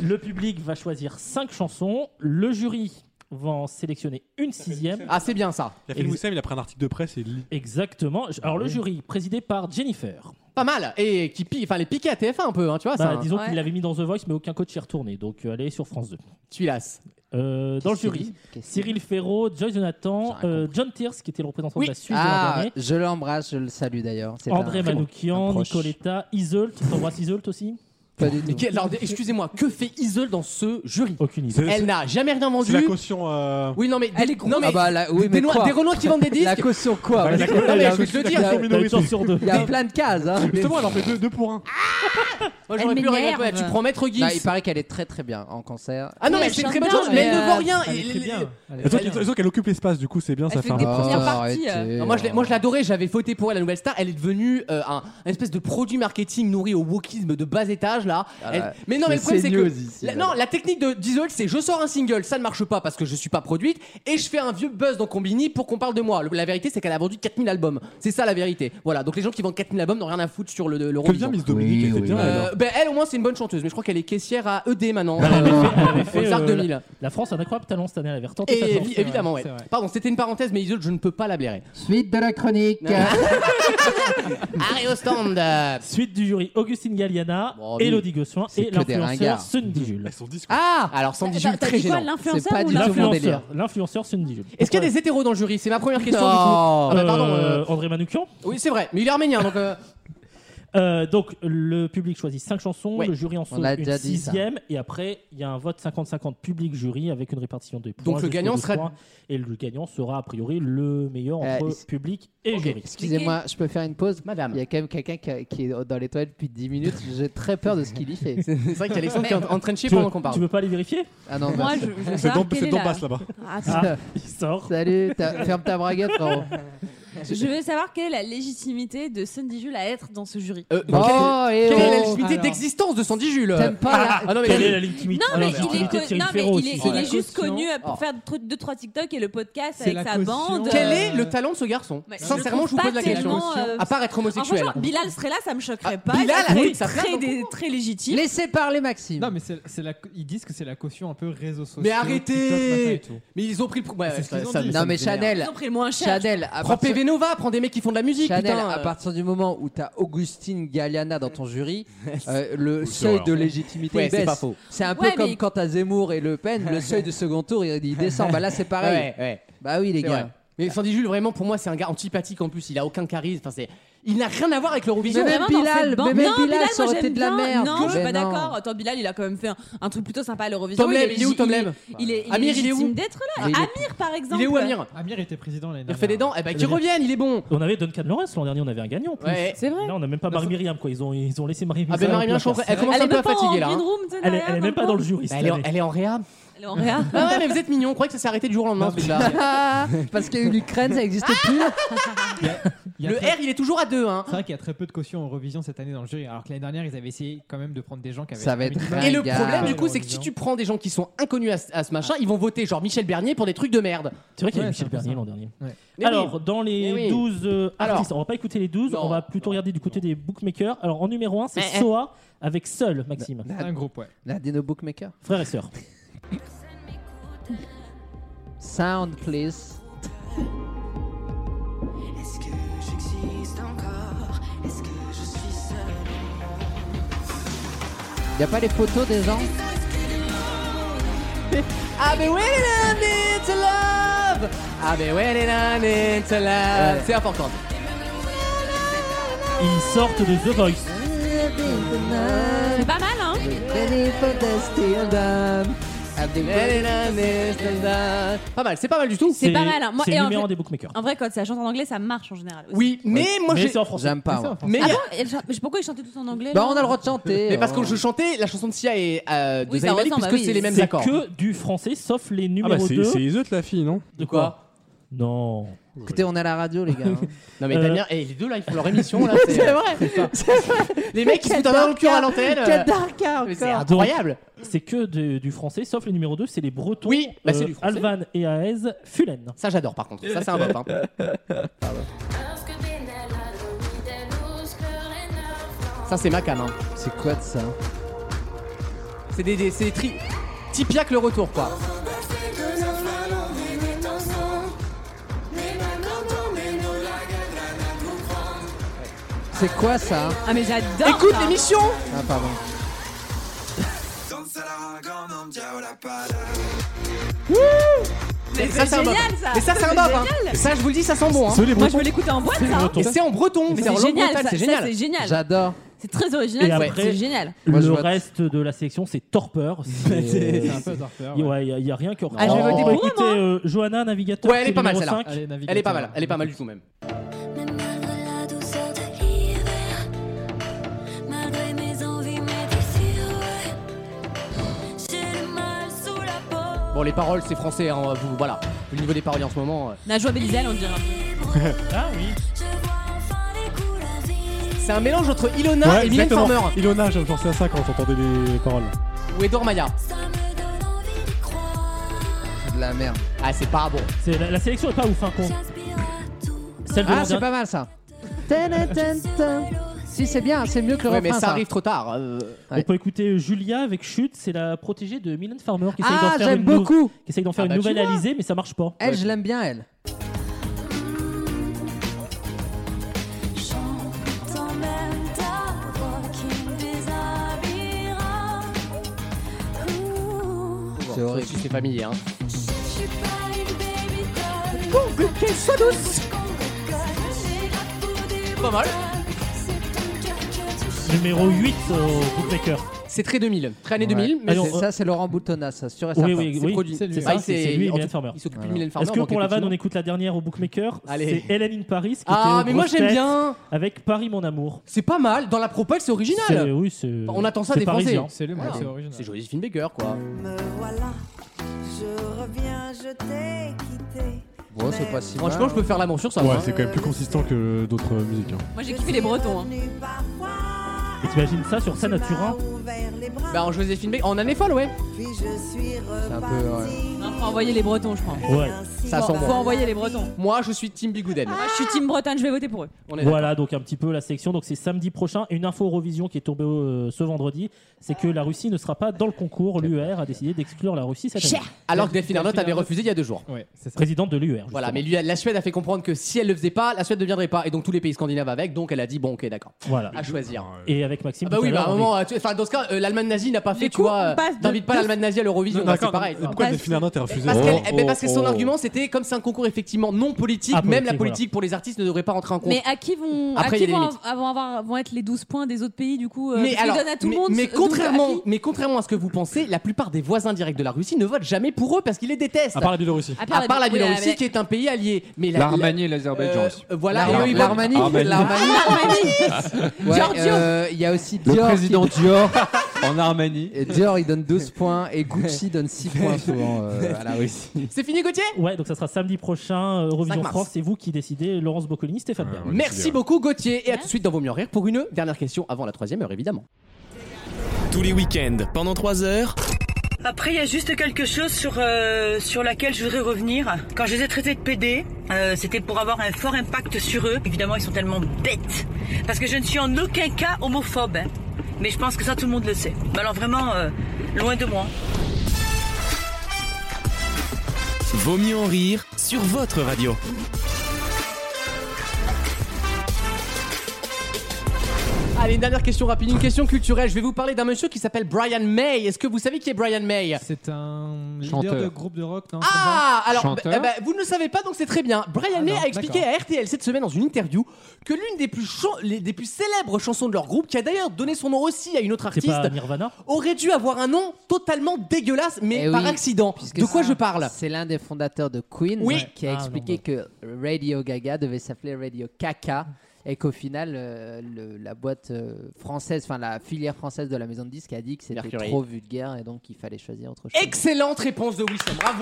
[SPEAKER 5] Le public va choisir 5 chansons. Le jury va en sélectionner une sixième.
[SPEAKER 2] Ah, c'est bien ça.
[SPEAKER 7] Il a fait le
[SPEAKER 5] Ex-
[SPEAKER 7] Wissem, il a pris un article de presse et il lit.
[SPEAKER 5] Exactement. Alors le jury, présidé par Jennifer.
[SPEAKER 2] pas mal. Et qui pique, enfin, les piquets à TF1 un peu, hein, tu
[SPEAKER 6] Ah,
[SPEAKER 2] vois.
[SPEAKER 5] Bah,
[SPEAKER 2] ça,
[SPEAKER 5] disons qu'il l'avait mis dans The Voice, mais aucun coach y est retourné. Donc, euh, allez sur France 2.
[SPEAKER 2] Tu l'as.
[SPEAKER 5] dans le jury, Cyril Ferraud, Joy Jonathan, euh, John Tears, qui était le représentant
[SPEAKER 6] Oui.
[SPEAKER 5] de la Suisse l'an
[SPEAKER 6] Ah,
[SPEAKER 5] dernier,
[SPEAKER 6] je l'embrasse, je le salue d'ailleurs. C'est
[SPEAKER 5] André
[SPEAKER 6] un-
[SPEAKER 5] Manoukian,
[SPEAKER 6] un proche.
[SPEAKER 5] Nicoletta, Isolt. T'embrasses Isolt aussi
[SPEAKER 6] Pas du tout.
[SPEAKER 2] Quel- alors, excusez-moi, que fait Isol dans ce jury
[SPEAKER 5] Aucune
[SPEAKER 7] idée.
[SPEAKER 2] Elle n'a jamais rien vendu.
[SPEAKER 7] C'est la caution. euh,
[SPEAKER 2] Oui, non, mais. Elle est non, mais,
[SPEAKER 6] Ah bah, là, oui,
[SPEAKER 2] des,
[SPEAKER 6] mais
[SPEAKER 2] Noirs-
[SPEAKER 6] quoi
[SPEAKER 2] des Renois qui vendent des disques.
[SPEAKER 6] La caution quoi
[SPEAKER 2] Bah, la-
[SPEAKER 6] Parce que-
[SPEAKER 2] la-
[SPEAKER 6] Non, mais
[SPEAKER 2] la-
[SPEAKER 6] je veux te
[SPEAKER 2] la-
[SPEAKER 6] le dire,
[SPEAKER 2] la- la-
[SPEAKER 6] minorité.
[SPEAKER 2] une chance sur deux.
[SPEAKER 6] Il y a plein de cases. Hein.
[SPEAKER 7] Justement, elle en fait deux, deux pour un.
[SPEAKER 2] Moi, j'aurais pu
[SPEAKER 13] Ah bah.
[SPEAKER 2] rire un peu. Tu prends Maître Guy.
[SPEAKER 6] Non, Bah, Il paraît qu'elle est très très bien en cancer.
[SPEAKER 2] Ah non, mais c'est une très bonne chose, mais elle ne voit rien.
[SPEAKER 6] Elle est
[SPEAKER 2] Et-
[SPEAKER 6] très
[SPEAKER 2] et-
[SPEAKER 6] bien.
[SPEAKER 7] Et toi, et toi- et toi qu'elle occupe l'espace, du coup, c'est bien, ça fait,
[SPEAKER 2] fait
[SPEAKER 7] un
[SPEAKER 2] des
[SPEAKER 6] Oh,
[SPEAKER 7] peu
[SPEAKER 2] premières
[SPEAKER 7] prestige.
[SPEAKER 2] parties,
[SPEAKER 6] euh.
[SPEAKER 2] Non, moi, je l'ai- moi, je l'adorais, j'avais voté pour elle, la nouvelle star. Elle est devenue euh, un, un espèce de produit marketing nourri au wokisme de bas étage, là.
[SPEAKER 6] Ah
[SPEAKER 2] Elle-
[SPEAKER 6] là,
[SPEAKER 2] mais non,
[SPEAKER 6] le
[SPEAKER 2] mais le problème, c'est que.
[SPEAKER 6] CNews ici,
[SPEAKER 2] la-
[SPEAKER 6] là.
[SPEAKER 2] non, la technique de Diesel, c'est je sors un single, ça ne marche pas parce que je suis pas produite, et je fais un vieux buzz dans Combini pour qu'on parle de moi. Le- La vérité, c'est qu'elle a vendu 4000 albums. C'est ça la vérité. Voilà, donc les gens qui vendent 4000 albums n'ont rien à foutre sur le, le
[SPEAKER 7] Que bien, Miss Dominique, elle était bien. elle,
[SPEAKER 2] Euh,
[SPEAKER 7] alors.
[SPEAKER 2] ben, elle, au moins, c'est une bonne chanteuse, mais je crois qu'elle est caissière à ED maintenant.
[SPEAKER 5] Elle avait
[SPEAKER 2] euh,
[SPEAKER 5] fait- elle avait
[SPEAKER 2] aux
[SPEAKER 5] fait,
[SPEAKER 2] Arcs
[SPEAKER 5] euh,
[SPEAKER 2] 2000.
[SPEAKER 5] la- La France a un incroyable talent cette année, elle avait retenté
[SPEAKER 2] Et
[SPEAKER 5] sa chance.
[SPEAKER 2] évi- évidemment, ouais.
[SPEAKER 5] C'est vrai.
[SPEAKER 2] Pardon, c'était une parenthèse, mais Isolde, je ne peux pas la blairer.
[SPEAKER 6] Suite de la chronique.
[SPEAKER 2] Arrêt au stand
[SPEAKER 5] Suite du jury, Augustine Galliana,
[SPEAKER 2] oui.
[SPEAKER 5] Elodie Gossuin
[SPEAKER 6] C'est
[SPEAKER 5] et
[SPEAKER 6] que des
[SPEAKER 5] l'influenceur
[SPEAKER 6] ringards.
[SPEAKER 5] Sundy Jules.
[SPEAKER 2] Ah Alors, Sandy
[SPEAKER 13] T'as-
[SPEAKER 2] Jules,
[SPEAKER 13] t'as
[SPEAKER 2] très
[SPEAKER 13] dit quoi,
[SPEAKER 2] gênant.
[SPEAKER 13] l'influenceur
[SPEAKER 6] C'est pas
[SPEAKER 13] ou
[SPEAKER 6] du tout mon
[SPEAKER 13] l'influenceur
[SPEAKER 6] délire.
[SPEAKER 5] L'influenceur Sundy Jules.
[SPEAKER 2] Est-ce qu'il y a des hétéros dans le jury C'est ma première question du coup.
[SPEAKER 6] Non.
[SPEAKER 2] Ah bah, pardon. euh,
[SPEAKER 5] Euh, André Manoukian
[SPEAKER 2] Oui, c'est vrai, mais il est arménien donc. euh,
[SPEAKER 5] Euh, donc le public choisit 5 chansons,
[SPEAKER 2] Ouais.
[SPEAKER 5] le jury en
[SPEAKER 6] On
[SPEAKER 5] saute
[SPEAKER 6] l'a
[SPEAKER 5] une
[SPEAKER 6] déjà dit, ça.
[SPEAKER 5] sixième, et après il y a un vote 50-50 public-jury avec une répartition des points.
[SPEAKER 2] Donc le
[SPEAKER 5] jusqu'aux
[SPEAKER 2] gagnant
[SPEAKER 5] deux
[SPEAKER 2] sera-
[SPEAKER 5] points. et le gagnant sera a priori le meilleur
[SPEAKER 6] Euh,
[SPEAKER 5] entre
[SPEAKER 6] ex-
[SPEAKER 5] public et jury.
[SPEAKER 6] Excusez-moi, je peux faire une pause
[SPEAKER 2] Madame.
[SPEAKER 6] Il y a quand même quelqu'un qui, a- qui est dans les toilettes depuis 10 minutes. J'ai très peur de ce qu'il y fait.
[SPEAKER 2] C'est vrai qu'il y a Alexandre qui est en, en train de chier
[SPEAKER 5] Tu veux,
[SPEAKER 2] pendant qu'on parle.
[SPEAKER 5] tu veux pas aller vérifier
[SPEAKER 6] Ah non,
[SPEAKER 13] Moi,
[SPEAKER 6] merci.
[SPEAKER 13] je, je veux savoir quelle est la- Attends.
[SPEAKER 5] Ah, Il sort.
[SPEAKER 6] Salut, t'as- ferme ta braguette, frérot.
[SPEAKER 13] Je veux savoir quelle est la légitimité de Sandy Jules à être dans ce jury.
[SPEAKER 2] Euh,
[SPEAKER 6] Oh,
[SPEAKER 2] quelle,
[SPEAKER 6] eh
[SPEAKER 2] quelle est la
[SPEAKER 6] oh.
[SPEAKER 2] légitimité
[SPEAKER 5] Alors.
[SPEAKER 2] d'existence de Sandy Jules
[SPEAKER 6] T'aimes pas la-
[SPEAKER 2] Ah non, mais
[SPEAKER 5] Quelle est
[SPEAKER 2] la-
[SPEAKER 5] la légitimité
[SPEAKER 13] Non, mais
[SPEAKER 5] alors,
[SPEAKER 13] il est,
[SPEAKER 5] légitimité de
[SPEAKER 13] con-
[SPEAKER 5] Cyril
[SPEAKER 13] non, mais
[SPEAKER 5] Ferro
[SPEAKER 13] il est-
[SPEAKER 5] aussi.
[SPEAKER 13] il est juste
[SPEAKER 9] caution.
[SPEAKER 13] connu pour
[SPEAKER 6] Oh.
[SPEAKER 13] faire 2-3 TikTok et le podcast
[SPEAKER 9] C'est
[SPEAKER 13] avec
[SPEAKER 9] la
[SPEAKER 13] sa
[SPEAKER 9] caution.
[SPEAKER 13] bande.
[SPEAKER 2] Quel
[SPEAKER 13] Euh,
[SPEAKER 2] est le talent de ce garçon
[SPEAKER 13] Ouais.
[SPEAKER 2] Sincèrement, je vous
[SPEAKER 13] Pas
[SPEAKER 2] pose la question.
[SPEAKER 13] tellement, euh,
[SPEAKER 2] À part être
[SPEAKER 13] en
[SPEAKER 2] homosexuel.
[SPEAKER 13] franchement, Bilal serait là, ça me choquerait
[SPEAKER 2] Ah,
[SPEAKER 13] pas.
[SPEAKER 2] Bilal,
[SPEAKER 13] ça serait
[SPEAKER 2] oui, ça
[SPEAKER 13] très,
[SPEAKER 2] ferait
[SPEAKER 13] des- très légitime.
[SPEAKER 6] Laissez parler Maxime.
[SPEAKER 9] Non, mais c'est c'est la, ils disent que c'est la caution un peu réseaux sociaux.
[SPEAKER 2] Mais
[SPEAKER 9] TikTok, machin et
[SPEAKER 2] arrêtez
[SPEAKER 9] tout.
[SPEAKER 2] Mais ils ont pris le. Ouais,
[SPEAKER 9] C'est ce
[SPEAKER 2] ça-
[SPEAKER 9] qu'ils ont
[SPEAKER 2] ça-
[SPEAKER 9] dit.
[SPEAKER 2] ça
[SPEAKER 6] non
[SPEAKER 2] me
[SPEAKER 6] mais
[SPEAKER 2] vénère.
[SPEAKER 6] Chanel,
[SPEAKER 13] Ils ont pris le moins cher.
[SPEAKER 6] Chanel, à
[SPEAKER 2] Prends
[SPEAKER 6] partir,
[SPEAKER 2] PV Nova, prends des mecs qui font de la musique.
[SPEAKER 6] Chanel,
[SPEAKER 2] putain,
[SPEAKER 6] à
[SPEAKER 2] euh.
[SPEAKER 6] partir du moment où t'as Augustine Galliana dans ton jury, euh, le
[SPEAKER 7] c'est
[SPEAKER 6] seuil
[SPEAKER 7] vrai.
[SPEAKER 6] de légitimité
[SPEAKER 2] hein. Ouais,
[SPEAKER 6] il
[SPEAKER 2] c'est
[SPEAKER 6] baisse.
[SPEAKER 2] pas faux.
[SPEAKER 6] C'est un
[SPEAKER 13] Ouais,
[SPEAKER 6] peu comme
[SPEAKER 13] mais-
[SPEAKER 6] quand t'as Zemmour et Le Pen, le seuil du second tour il, il descend. Bah là c'est pareil.
[SPEAKER 2] Ouais, ouais.
[SPEAKER 6] Bah oui les
[SPEAKER 2] C'est
[SPEAKER 6] gars.
[SPEAKER 2] vrai. Mais Sandy Jules, vraiment, pour moi, c'est un gars antipathique en plus. Il a aucun charisme. Enfin, c'est. Il n'a rien à voir avec l'Eurovision.
[SPEAKER 6] Mais même
[SPEAKER 13] Vraiment dans
[SPEAKER 6] Bilal,
[SPEAKER 13] cette bande-
[SPEAKER 6] mais même
[SPEAKER 13] non,
[SPEAKER 6] Bilal, ça
[SPEAKER 13] moi
[SPEAKER 6] aurait été
[SPEAKER 13] j'aime
[SPEAKER 6] de la
[SPEAKER 13] bien.
[SPEAKER 6] merde.
[SPEAKER 13] Non, je suis
[SPEAKER 6] Mais
[SPEAKER 13] pas
[SPEAKER 6] non.
[SPEAKER 13] d'accord. Attends, Bilal, il a quand même fait un, un truc plutôt sympa à l'Eurovision.
[SPEAKER 2] Tom Leb, il est où, Tom
[SPEAKER 13] il-
[SPEAKER 2] Leb
[SPEAKER 13] Il est, il est
[SPEAKER 2] Amir, il est où
[SPEAKER 13] légitime d'être là.
[SPEAKER 6] Ah, il est-
[SPEAKER 13] Amir, par exemple.
[SPEAKER 2] Il est où, Amir
[SPEAKER 9] Amir était président l'année
[SPEAKER 2] Il
[SPEAKER 9] dernière.
[SPEAKER 2] refait des dents. Eh ben, qu'il revienne, il est bon.
[SPEAKER 5] On avait Duncan Lawrence l'an dernier, on avait un gagnant en plus.
[SPEAKER 2] Ouais.
[SPEAKER 13] C'est vrai.
[SPEAKER 5] Là, on n'a même pas
[SPEAKER 9] Non,
[SPEAKER 5] Marie
[SPEAKER 9] ça-
[SPEAKER 5] Myriam, quoi. Ils ont, ils ont laissé Marie
[SPEAKER 2] Ah,
[SPEAKER 5] Myriam.
[SPEAKER 2] ben Marie-Bien Chanfray, elle commence
[SPEAKER 13] Elle
[SPEAKER 2] un
[SPEAKER 13] est
[SPEAKER 2] peu à
[SPEAKER 13] même pas en
[SPEAKER 2] fatiguer là. hein.
[SPEAKER 13] green room, tu sais,
[SPEAKER 5] Elle est,
[SPEAKER 13] derrière,
[SPEAKER 5] elle est
[SPEAKER 13] dans
[SPEAKER 5] même
[SPEAKER 13] le
[SPEAKER 5] pas dans
[SPEAKER 13] coin.
[SPEAKER 5] le jury.
[SPEAKER 2] Bah,
[SPEAKER 5] cette
[SPEAKER 2] elle, est en,
[SPEAKER 5] année.
[SPEAKER 2] elle est en réa.
[SPEAKER 13] Elle est en réa.
[SPEAKER 2] Ah ouais, mais vous êtes mignon. On croyait que ça s'est arrêté du jour au lendemain, ce truc-là.
[SPEAKER 6] Ah, Parce qu'il y a eu l'Ukraine, ça
[SPEAKER 2] Ah
[SPEAKER 6] n'existe plus.
[SPEAKER 9] Il y a
[SPEAKER 2] Le
[SPEAKER 9] très-
[SPEAKER 2] R, il est toujours à deux. Hein.
[SPEAKER 9] C'est vrai qu'il y a très peu de cautions en revision cette année dans le jury, alors que l'année dernière, ils avaient essayé quand même de prendre des gens qui avaient.
[SPEAKER 6] Ça va être
[SPEAKER 9] minimum-
[SPEAKER 6] Ah,
[SPEAKER 2] Et le
[SPEAKER 6] gars.
[SPEAKER 2] problème, du coup,
[SPEAKER 9] Ouais,
[SPEAKER 2] c'est que si tu
[SPEAKER 9] Eurovision.
[SPEAKER 2] prends des gens qui sont inconnus à, ce- à ce machin, ils vont voter genre Michel Bernier pour des trucs de merde.
[SPEAKER 5] C'est vrai qu'il y a eu
[SPEAKER 9] Ouais,
[SPEAKER 5] Michel
[SPEAKER 9] c'est un peu
[SPEAKER 5] Bernier
[SPEAKER 9] ça.
[SPEAKER 5] l'an dernier.
[SPEAKER 2] Mais
[SPEAKER 5] Alors,
[SPEAKER 2] oui.
[SPEAKER 5] dans les
[SPEAKER 2] Mais oui.
[SPEAKER 5] 12 euh,
[SPEAKER 2] Alors.
[SPEAKER 5] artistes, on va pas écouter les 12,
[SPEAKER 2] Non,
[SPEAKER 5] on va plutôt
[SPEAKER 2] non,
[SPEAKER 5] regarder du côté
[SPEAKER 2] non.
[SPEAKER 5] des bookmakers. Alors, en numéro 1, c'est
[SPEAKER 2] Eh, eh.
[SPEAKER 5] Soa avec Seul, Maxime.
[SPEAKER 9] C'est un groupe, ouais.
[SPEAKER 6] La Dino Bookmaker.
[SPEAKER 5] Frère et sœur.
[SPEAKER 6] Sound please.
[SPEAKER 11] Est-ce que j'existe encore Est-ce que je suis seul
[SPEAKER 6] Y a pas les photos des gens
[SPEAKER 11] Ah,
[SPEAKER 2] I've been waiting on it to love. I've been waiting on it to love.
[SPEAKER 6] Ouais.
[SPEAKER 2] C'est important.
[SPEAKER 5] Ils sortent de The Voice.
[SPEAKER 13] C'est pas mal, hein
[SPEAKER 2] Waiting on it to love. Pas mal, c'est pas mal du tout.
[SPEAKER 13] C'est pas mal, hein. Moi-
[SPEAKER 5] c'est
[SPEAKER 13] et en
[SPEAKER 5] numéro
[SPEAKER 13] fait-
[SPEAKER 5] 1 des bookmakers.
[SPEAKER 13] En vrai, quand ça chante en anglais, ça marche en général. aussi.
[SPEAKER 2] Oui, mais moi
[SPEAKER 5] Mais
[SPEAKER 2] j'ai.
[SPEAKER 5] c'est en français.
[SPEAKER 6] J'aime pas. moi.
[SPEAKER 2] Mais
[SPEAKER 13] Ah
[SPEAKER 2] y a-
[SPEAKER 13] bon Elle chante- mais Pourquoi ils chantaient tous en anglais
[SPEAKER 6] Bah
[SPEAKER 13] là
[SPEAKER 6] on a le droit de chanter.
[SPEAKER 2] mais parce
[SPEAKER 6] euh.
[SPEAKER 2] que je chantais la chanson de Sia et euh, de
[SPEAKER 13] Oui, ça
[SPEAKER 2] Zayn Malik,
[SPEAKER 13] ressemble,
[SPEAKER 2] puisque
[SPEAKER 13] bah oui.
[SPEAKER 2] c'est les mêmes
[SPEAKER 5] C'est
[SPEAKER 2] accords.
[SPEAKER 5] que du français, sauf les
[SPEAKER 7] Ah
[SPEAKER 5] numéros
[SPEAKER 7] bah, c'est
[SPEAKER 5] 2.
[SPEAKER 7] c'est Iseut, la fille, non
[SPEAKER 5] De Non.
[SPEAKER 6] Écoutez, on est à la radio les gars. hein.
[SPEAKER 2] Non mais
[SPEAKER 5] Euh.
[SPEAKER 2] Damien, et les deux là, ils font leur émission là. c'est- Les mecs qui se
[SPEAKER 6] Quel
[SPEAKER 2] foutent un main dans le cul à
[SPEAKER 6] darkard,
[SPEAKER 2] l'antenne. euh,
[SPEAKER 6] Quel darkard,
[SPEAKER 2] mais C'est
[SPEAKER 6] encore.
[SPEAKER 2] incroyable.
[SPEAKER 5] C'est que de- du français, sauf les numéros 2, c'est les Bretons.
[SPEAKER 2] Oui, bah,
[SPEAKER 5] euh,
[SPEAKER 2] c'est du français.
[SPEAKER 5] Alvan et Aez, Fulen.
[SPEAKER 2] Ça j'adore par contre. Ça c'est un bop. hein. Ça c'est ma cam. hein.
[SPEAKER 6] C'est quoi de ça
[SPEAKER 2] C'est des, des, c'est des tri... Tipiac le retour quoi.
[SPEAKER 6] C'est quoi ça
[SPEAKER 13] Ah, mais j'adore
[SPEAKER 2] Écoute
[SPEAKER 13] ça.
[SPEAKER 2] l'émission
[SPEAKER 6] Ah, pardon.
[SPEAKER 2] Et
[SPEAKER 13] Mais c'est
[SPEAKER 2] un bop.
[SPEAKER 13] génial, ça.
[SPEAKER 2] Mais ça, c'est un bop. hein.
[SPEAKER 13] Génial.
[SPEAKER 2] Ça, je vous le dis, ça sent bon. hein.
[SPEAKER 13] C'est les Moi, je Bretons. veux l'écouter en boîte,
[SPEAKER 2] C'est
[SPEAKER 13] ça.
[SPEAKER 2] les Bretons. Et c'est en breton.
[SPEAKER 13] Mais
[SPEAKER 2] en
[SPEAKER 13] c'est
[SPEAKER 2] langue
[SPEAKER 13] génial,
[SPEAKER 2] bretonne,
[SPEAKER 13] ça,
[SPEAKER 2] c'est
[SPEAKER 13] ça,
[SPEAKER 2] génial.
[SPEAKER 13] c'est génial.
[SPEAKER 6] J'adore.
[SPEAKER 13] C'est très
[SPEAKER 5] Et
[SPEAKER 13] original,
[SPEAKER 5] après,
[SPEAKER 13] c'est- c'est génial.
[SPEAKER 5] le reste de la sélection, c'est torpeur. C'est
[SPEAKER 9] C'est- c'est un peu torpeur, ouais.
[SPEAKER 5] Il n'y a, rien qui ressort.
[SPEAKER 2] Ah, j'ai voté pour moi,
[SPEAKER 5] Écoutez, euh, Johanna, navigateur.
[SPEAKER 2] Ouais, elle est pas mal
[SPEAKER 5] numéro
[SPEAKER 2] celle-là.
[SPEAKER 5] cinq.
[SPEAKER 2] Elle est pas mal. Elle est pas mal du tout même.
[SPEAKER 14] La douceur de l'hiver, malgré mes envies, mes désirs, j'ai le mal sous la peau.
[SPEAKER 2] Bon, les paroles, c'est français. hein, vous, voilà. Le niveau des paroles en ce moment. euh.
[SPEAKER 13] Najwa Belizel, on dirait.
[SPEAKER 5] Ah oui.
[SPEAKER 2] C'est un mélange entre Ilona
[SPEAKER 7] Ouais,
[SPEAKER 2] et Mylène
[SPEAKER 7] exactement.
[SPEAKER 2] Farmer.
[SPEAKER 7] Ilona, j'ai pensé hein, à ça quand j'entendais les paroles.
[SPEAKER 2] Ou Edouard Maya.
[SPEAKER 6] C'est de la merde.
[SPEAKER 2] Ah, c'est pas bon.
[SPEAKER 5] C'est- La, la sélection est pas ouf, hein, con. Celle de l'an
[SPEAKER 6] Ah, c'est
[SPEAKER 5] dernier-
[SPEAKER 6] pas mal ça. Si, c'est bien, c'est mieux que le
[SPEAKER 2] Ouais,
[SPEAKER 6] refrain.
[SPEAKER 2] mais ça arrive trop tard. euh.
[SPEAKER 5] On peut écouter Julia avec Chute, c'est la protégée de Mylène Farmer qui essaye
[SPEAKER 6] Ah,
[SPEAKER 5] d'en faire,
[SPEAKER 6] j'aime
[SPEAKER 5] une, nou-
[SPEAKER 6] beaucoup.
[SPEAKER 5] qui essaye d'en faire
[SPEAKER 6] Ah,
[SPEAKER 5] une
[SPEAKER 6] bah, tu
[SPEAKER 5] nouvelle
[SPEAKER 6] vois.
[SPEAKER 5] alizée, mais ça marche pas.
[SPEAKER 6] Elle, je l'aime bien, elle.
[SPEAKER 14] J'entends même ta voix qui me déshabillera.
[SPEAKER 2] C'est horrible. C'est familier. Hein.
[SPEAKER 14] Je suis pas une baby doll.
[SPEAKER 2] qu'elle soit douce. Pas mal. Eh.
[SPEAKER 5] Numéro 8
[SPEAKER 2] euh,
[SPEAKER 5] au Bookmaker.
[SPEAKER 2] C'est très 2000. Très année 2000.
[SPEAKER 6] Ouais.
[SPEAKER 2] Mais
[SPEAKER 6] Alors,
[SPEAKER 2] c'est-
[SPEAKER 6] ça, c'est Laurent Boutonnat, ça, sûr et
[SPEAKER 5] Oui,
[SPEAKER 6] certain.
[SPEAKER 5] oui,
[SPEAKER 6] C'est
[SPEAKER 5] oui.
[SPEAKER 6] produit.
[SPEAKER 5] C'est
[SPEAKER 6] ça,
[SPEAKER 5] ça, c'est lui et
[SPEAKER 6] il
[SPEAKER 5] Mylène Farmer.
[SPEAKER 2] Ah, Il s'occupe de Mylène Farmer,
[SPEAKER 5] Est-ce que
[SPEAKER 2] donc,
[SPEAKER 5] pour la vanne, on
[SPEAKER 2] effectivement.
[SPEAKER 5] écoute la dernière au Bookmaker
[SPEAKER 2] Allez.
[SPEAKER 5] C'est Hélène in Paris. Qui
[SPEAKER 2] Ah,
[SPEAKER 5] était aux
[SPEAKER 2] mais moi,
[SPEAKER 5] grosses
[SPEAKER 2] j'aime
[SPEAKER 5] têtes
[SPEAKER 2] bien.
[SPEAKER 5] Avec Paris, mon amour.
[SPEAKER 2] C'est pas mal. Dans la propale, c'est
[SPEAKER 5] C'est-
[SPEAKER 2] original.
[SPEAKER 5] Oui, c'est.
[SPEAKER 2] On attend ça
[SPEAKER 5] c'est
[SPEAKER 2] des Français.
[SPEAKER 5] parisien.
[SPEAKER 2] hein. Voilà. C'est Joséphine Baker, quoi.
[SPEAKER 11] Me voilà, je reviens, je t'ai quitté.
[SPEAKER 6] Bon, c'est pas si mal.
[SPEAKER 2] Franchement, je peux faire la mention, ça
[SPEAKER 7] Ouais,
[SPEAKER 2] va.
[SPEAKER 7] c'est quand même plus consistant que d'autres musiques. hein.
[SPEAKER 13] Moi, j'ai kiffé les Bretons. hein.
[SPEAKER 5] Et t'imagines ça sur scène à Turin
[SPEAKER 2] Bah, en Joséphine Baker. En année folle, ouais.
[SPEAKER 6] C'est un peu. ouais.
[SPEAKER 13] Non, faut envoyer les Bretons, je crois.
[SPEAKER 5] Ouais.
[SPEAKER 2] Oh, Ça
[SPEAKER 13] faut,
[SPEAKER 2] sent
[SPEAKER 13] faut
[SPEAKER 2] bon.
[SPEAKER 13] envoyer les Bretons.
[SPEAKER 2] Moi, je suis Team Bigouden.
[SPEAKER 5] Ah.
[SPEAKER 13] Moi, je suis Team Bretagne, je vais voter pour eux.
[SPEAKER 2] On est
[SPEAKER 5] Voilà donc un petit peu la section. Donc c'est samedi prochain. Une info Eurovision qui est tombée euh, ce vendredi, c'est que la Russie ne sera pas dans le concours. L'UR a décidé d'exclure la Russie cette année.
[SPEAKER 2] Alors que Delphine Arnault avait refusé il y a deux jours.
[SPEAKER 5] Présidente de l'UR.
[SPEAKER 2] Voilà, mais lui, la Suède a fait comprendre que si elle le faisait pas, la Suède ne viendrait pas. Et donc tous les pays scandinaves avec, donc elle a dit bon, ok, d'accord.
[SPEAKER 5] Voilà.
[SPEAKER 2] À choisir.
[SPEAKER 5] Et avec Maxime.
[SPEAKER 2] Ah bah
[SPEAKER 5] tout à
[SPEAKER 2] oui, bah à
[SPEAKER 5] l'heure,
[SPEAKER 2] un
[SPEAKER 5] on
[SPEAKER 2] moment, euh, tu- enfin dans ce cas, euh, l'Allemagne nazie n'a pas fait, tu
[SPEAKER 13] coups,
[SPEAKER 2] vois,
[SPEAKER 13] on
[SPEAKER 2] euh,
[SPEAKER 13] passe de-
[SPEAKER 2] t'invites pas
[SPEAKER 13] de-
[SPEAKER 2] l'Allemagne nazie à l'eurovision,
[SPEAKER 7] Non,
[SPEAKER 2] bah, c'est
[SPEAKER 7] d'accord,
[SPEAKER 2] pareil.
[SPEAKER 7] mais
[SPEAKER 2] quoi.
[SPEAKER 7] Pourquoi Delphine Arnault est refusée
[SPEAKER 2] Parce, qu'elle-
[SPEAKER 7] Oh,
[SPEAKER 2] eh ben, parce que son
[SPEAKER 7] oh, oh.
[SPEAKER 2] argument c'était comme c'est un concours effectivement non politique,
[SPEAKER 5] Ah,
[SPEAKER 2] même la
[SPEAKER 5] politique,
[SPEAKER 2] politique pour les artistes ne devrait pas rentrer en compte.
[SPEAKER 13] Mais à qui vont,
[SPEAKER 2] Après, il
[SPEAKER 13] à
[SPEAKER 2] y a
[SPEAKER 13] qui
[SPEAKER 2] des
[SPEAKER 13] vont,
[SPEAKER 2] limites.
[SPEAKER 13] av- vont avoir, vont être les 12 points des autres pays du coup euh,
[SPEAKER 2] Mais
[SPEAKER 13] parce qu'ils
[SPEAKER 2] alors,
[SPEAKER 13] donnent à tout
[SPEAKER 2] mais-
[SPEAKER 13] le monde.
[SPEAKER 2] mais
[SPEAKER 13] euh, donc,
[SPEAKER 2] contrairement,
[SPEAKER 13] à qui
[SPEAKER 2] mais contrairement à ce que vous pensez, la plupart des voisins directs de la Russie ne votent jamais pour eux parce qu'ils les détestent.
[SPEAKER 7] À part la Biélorussie.
[SPEAKER 13] À
[SPEAKER 2] À part la
[SPEAKER 13] oui,
[SPEAKER 2] Biélorussie
[SPEAKER 13] mais-
[SPEAKER 2] qui est un pays allié, mais la-
[SPEAKER 8] L'Arménie et
[SPEAKER 2] la-
[SPEAKER 8] l'Azerbaïdjan
[SPEAKER 2] euh,
[SPEAKER 8] aussi.
[SPEAKER 2] voilà,
[SPEAKER 6] L'Ar-
[SPEAKER 2] et eux, ils votent-
[SPEAKER 6] L'Armanie,
[SPEAKER 7] Ah, bah,
[SPEAKER 8] Armanie.
[SPEAKER 6] l'Armanie. Ouais,
[SPEAKER 2] Giorgio.
[SPEAKER 6] euh, Il y a aussi
[SPEAKER 8] Le
[SPEAKER 6] Dior. qui-
[SPEAKER 8] président Dior en Arménie.
[SPEAKER 6] Et Dior, il donne 12 points et Gucci donne 6 points souvent euh, à la Russie.
[SPEAKER 2] C'est fini Gauthier
[SPEAKER 5] dit. Ouais, donc ça sera samedi prochain. euh, Eurovision
[SPEAKER 2] 5 mars.
[SPEAKER 5] France, c'est vous qui décidez. Laurence Boccolini, Stéphane Bern.
[SPEAKER 2] Merci beaucoup Gauthier et à tout de suite dans Vos mieux en rire pour une dernière question avant la troisième heure évidemment.
[SPEAKER 1] Tous les week-ends, pendant 3 heures.
[SPEAKER 15] Après, il y a juste quelque chose sur, euh, sur laquelle je voudrais revenir. Quand je les ai traités de PD, euh, c'était pour avoir un fort impact sur eux. Évidemment, ils sont tellement bêtes. Parce que je ne suis en aucun cas homophobe. hein. Mais je pense que ça, tout le monde le sait. Mais alors vraiment, euh, loin de moi.
[SPEAKER 1] Vaut mieux en rire sur votre radio.
[SPEAKER 2] Allez, une dernière question rapide, une question culturelle. Je vais vous parler d'un monsieur qui s'appelle Brian May. Est-ce que vous savez qui est Brian May
[SPEAKER 9] C'est un leader
[SPEAKER 8] Chanteur.
[SPEAKER 9] de groupe de rock, non
[SPEAKER 2] Ah alors bah,
[SPEAKER 8] Chanteur.
[SPEAKER 2] eh ben, vous ne le savez pas donc c'est très bien. Brian May
[SPEAKER 9] non,
[SPEAKER 2] a expliqué
[SPEAKER 9] d'accord.
[SPEAKER 2] à RTL cette semaine dans une interview que l'une des plus chan- les- des plus célèbres chansons de leur groupe qui a d'ailleurs donné son nom aussi à une autre
[SPEAKER 5] C'est
[SPEAKER 2] artiste
[SPEAKER 5] pas Nirvana
[SPEAKER 2] aurait dû avoir un nom totalement dégueulasse mais
[SPEAKER 6] Eh
[SPEAKER 2] par
[SPEAKER 6] oui,
[SPEAKER 2] accident.
[SPEAKER 6] puisque
[SPEAKER 2] De quoi
[SPEAKER 6] c'est-
[SPEAKER 2] je parle
[SPEAKER 6] C'est l'un des fondateurs de Queen
[SPEAKER 2] Oui.
[SPEAKER 6] qui a
[SPEAKER 5] Ah,
[SPEAKER 6] expliqué que Radio Gaga devait s'appeler Radio Caca et qu'au final, euh, le- la boîte euh, française, enfin la filière française de la maison de disques a dit que c'était
[SPEAKER 2] Mercury.
[SPEAKER 6] trop vulgaire et donc il fallait choisir autre chose.
[SPEAKER 2] Excellente réponse de Wissam, bravo,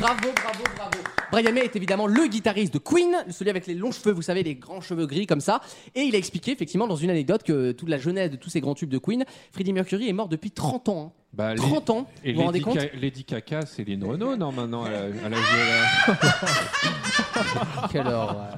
[SPEAKER 2] bravo, bravo, bravo. Brian May est évidemment le guitariste de Queen, celui avec les longs cheveux, vous savez, les grands cheveux gris comme ça. Et il a expliqué effectivement dans une anecdote que toute la jeunesse de tous ces grands tubes de Queen, Freddie Mercury est mort depuis 30 ans. hein.
[SPEAKER 8] Bah, les-
[SPEAKER 2] 30 ans,
[SPEAKER 8] Et
[SPEAKER 2] vous vous rendez
[SPEAKER 8] Lady,
[SPEAKER 2] compte
[SPEAKER 8] Ca- Lady Caca, c'est Céline Renault, non, maintenant, à la- à l'âge
[SPEAKER 2] Ah,
[SPEAKER 8] de la-
[SPEAKER 6] Quelle horreur.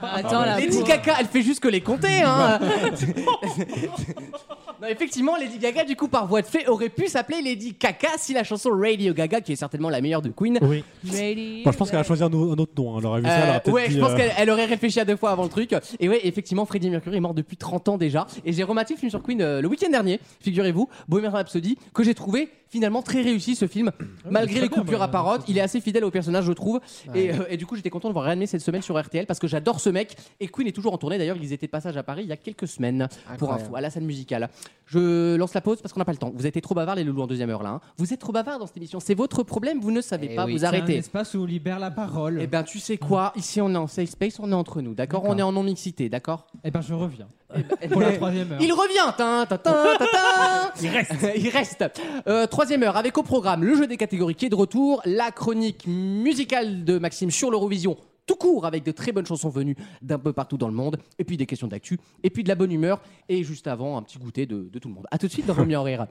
[SPEAKER 13] Attends, là,
[SPEAKER 2] Lady
[SPEAKER 13] pour-
[SPEAKER 2] Gaga, elle fait juste que les compter, hein Non, effectivement, Lady Gaga, du coup, par voie de fait, aurait pu s'appeler Lady Caca si la chanson Radio Gaga, qui est certainement la meilleure de Queen.
[SPEAKER 5] Oui.
[SPEAKER 7] Bon, Bah, je pense qu'elle a choisi un, nou- un autre nom. hein. Elle aurait vu ça. elle aurait peut-être
[SPEAKER 2] ouais,
[SPEAKER 7] dit,
[SPEAKER 2] je pense
[SPEAKER 7] euh,
[SPEAKER 2] qu'elle elle aurait réfléchi à deux fois avant le truc. Et ouais, effectivement, Freddie Mercury est mort depuis 30 ans déjà. Et j'ai rematé le film sur Queen euh, le week-end dernier, figurez-vous, Bohemian Rhapsody, que j'ai trouvé finalement très réussi ce film. Malgré
[SPEAKER 9] très
[SPEAKER 2] les
[SPEAKER 9] bien,
[SPEAKER 2] coupures à
[SPEAKER 9] Bohemian
[SPEAKER 2] parole, il est assez fidèle au personnage, je trouve.
[SPEAKER 9] Ouais.
[SPEAKER 2] Et, euh, et du coup, j'étais content de voir réanimer cette semaine sur RTL parce que j'adore ce mec. Et Queen est toujours en tournée. D'ailleurs, ils étaient de passage à Paris il y a quelques semaines pour
[SPEAKER 9] Incroyable.
[SPEAKER 2] info à la scène musicale. Je lance la pause parce qu'on n'a pas le temps. Vous étiez trop bavard, les loulous, en deuxième heure là. hein. Vous êtes trop bavard dans cette émission. C'est votre problème, vous ne savez pas vous
[SPEAKER 9] C'est un
[SPEAKER 2] arrêter.
[SPEAKER 9] espace où on libère la parole.
[SPEAKER 2] Eh ben, tu sais quoi Ici, on est en safe space, on est entre nous, d'accord On est en non-mixité, d'accord
[SPEAKER 9] Eh ben, je reviens. Pour la troisième heure.
[SPEAKER 2] Il revient tin, tin, tin, tin, tin. Il reste Il reste Euh, Troisième heure, avec au programme le jeu des catégories qui est de retour, la chronique musicale de Maxime sur l'Eurovision tout court avec de très bonnes chansons venues d'un peu partout dans le monde, et puis des questions d'actu, et puis de la bonne humeur, et juste avant, un petit goûter de, de tout le monde. A tout de suite dans Vaut mieux en rire.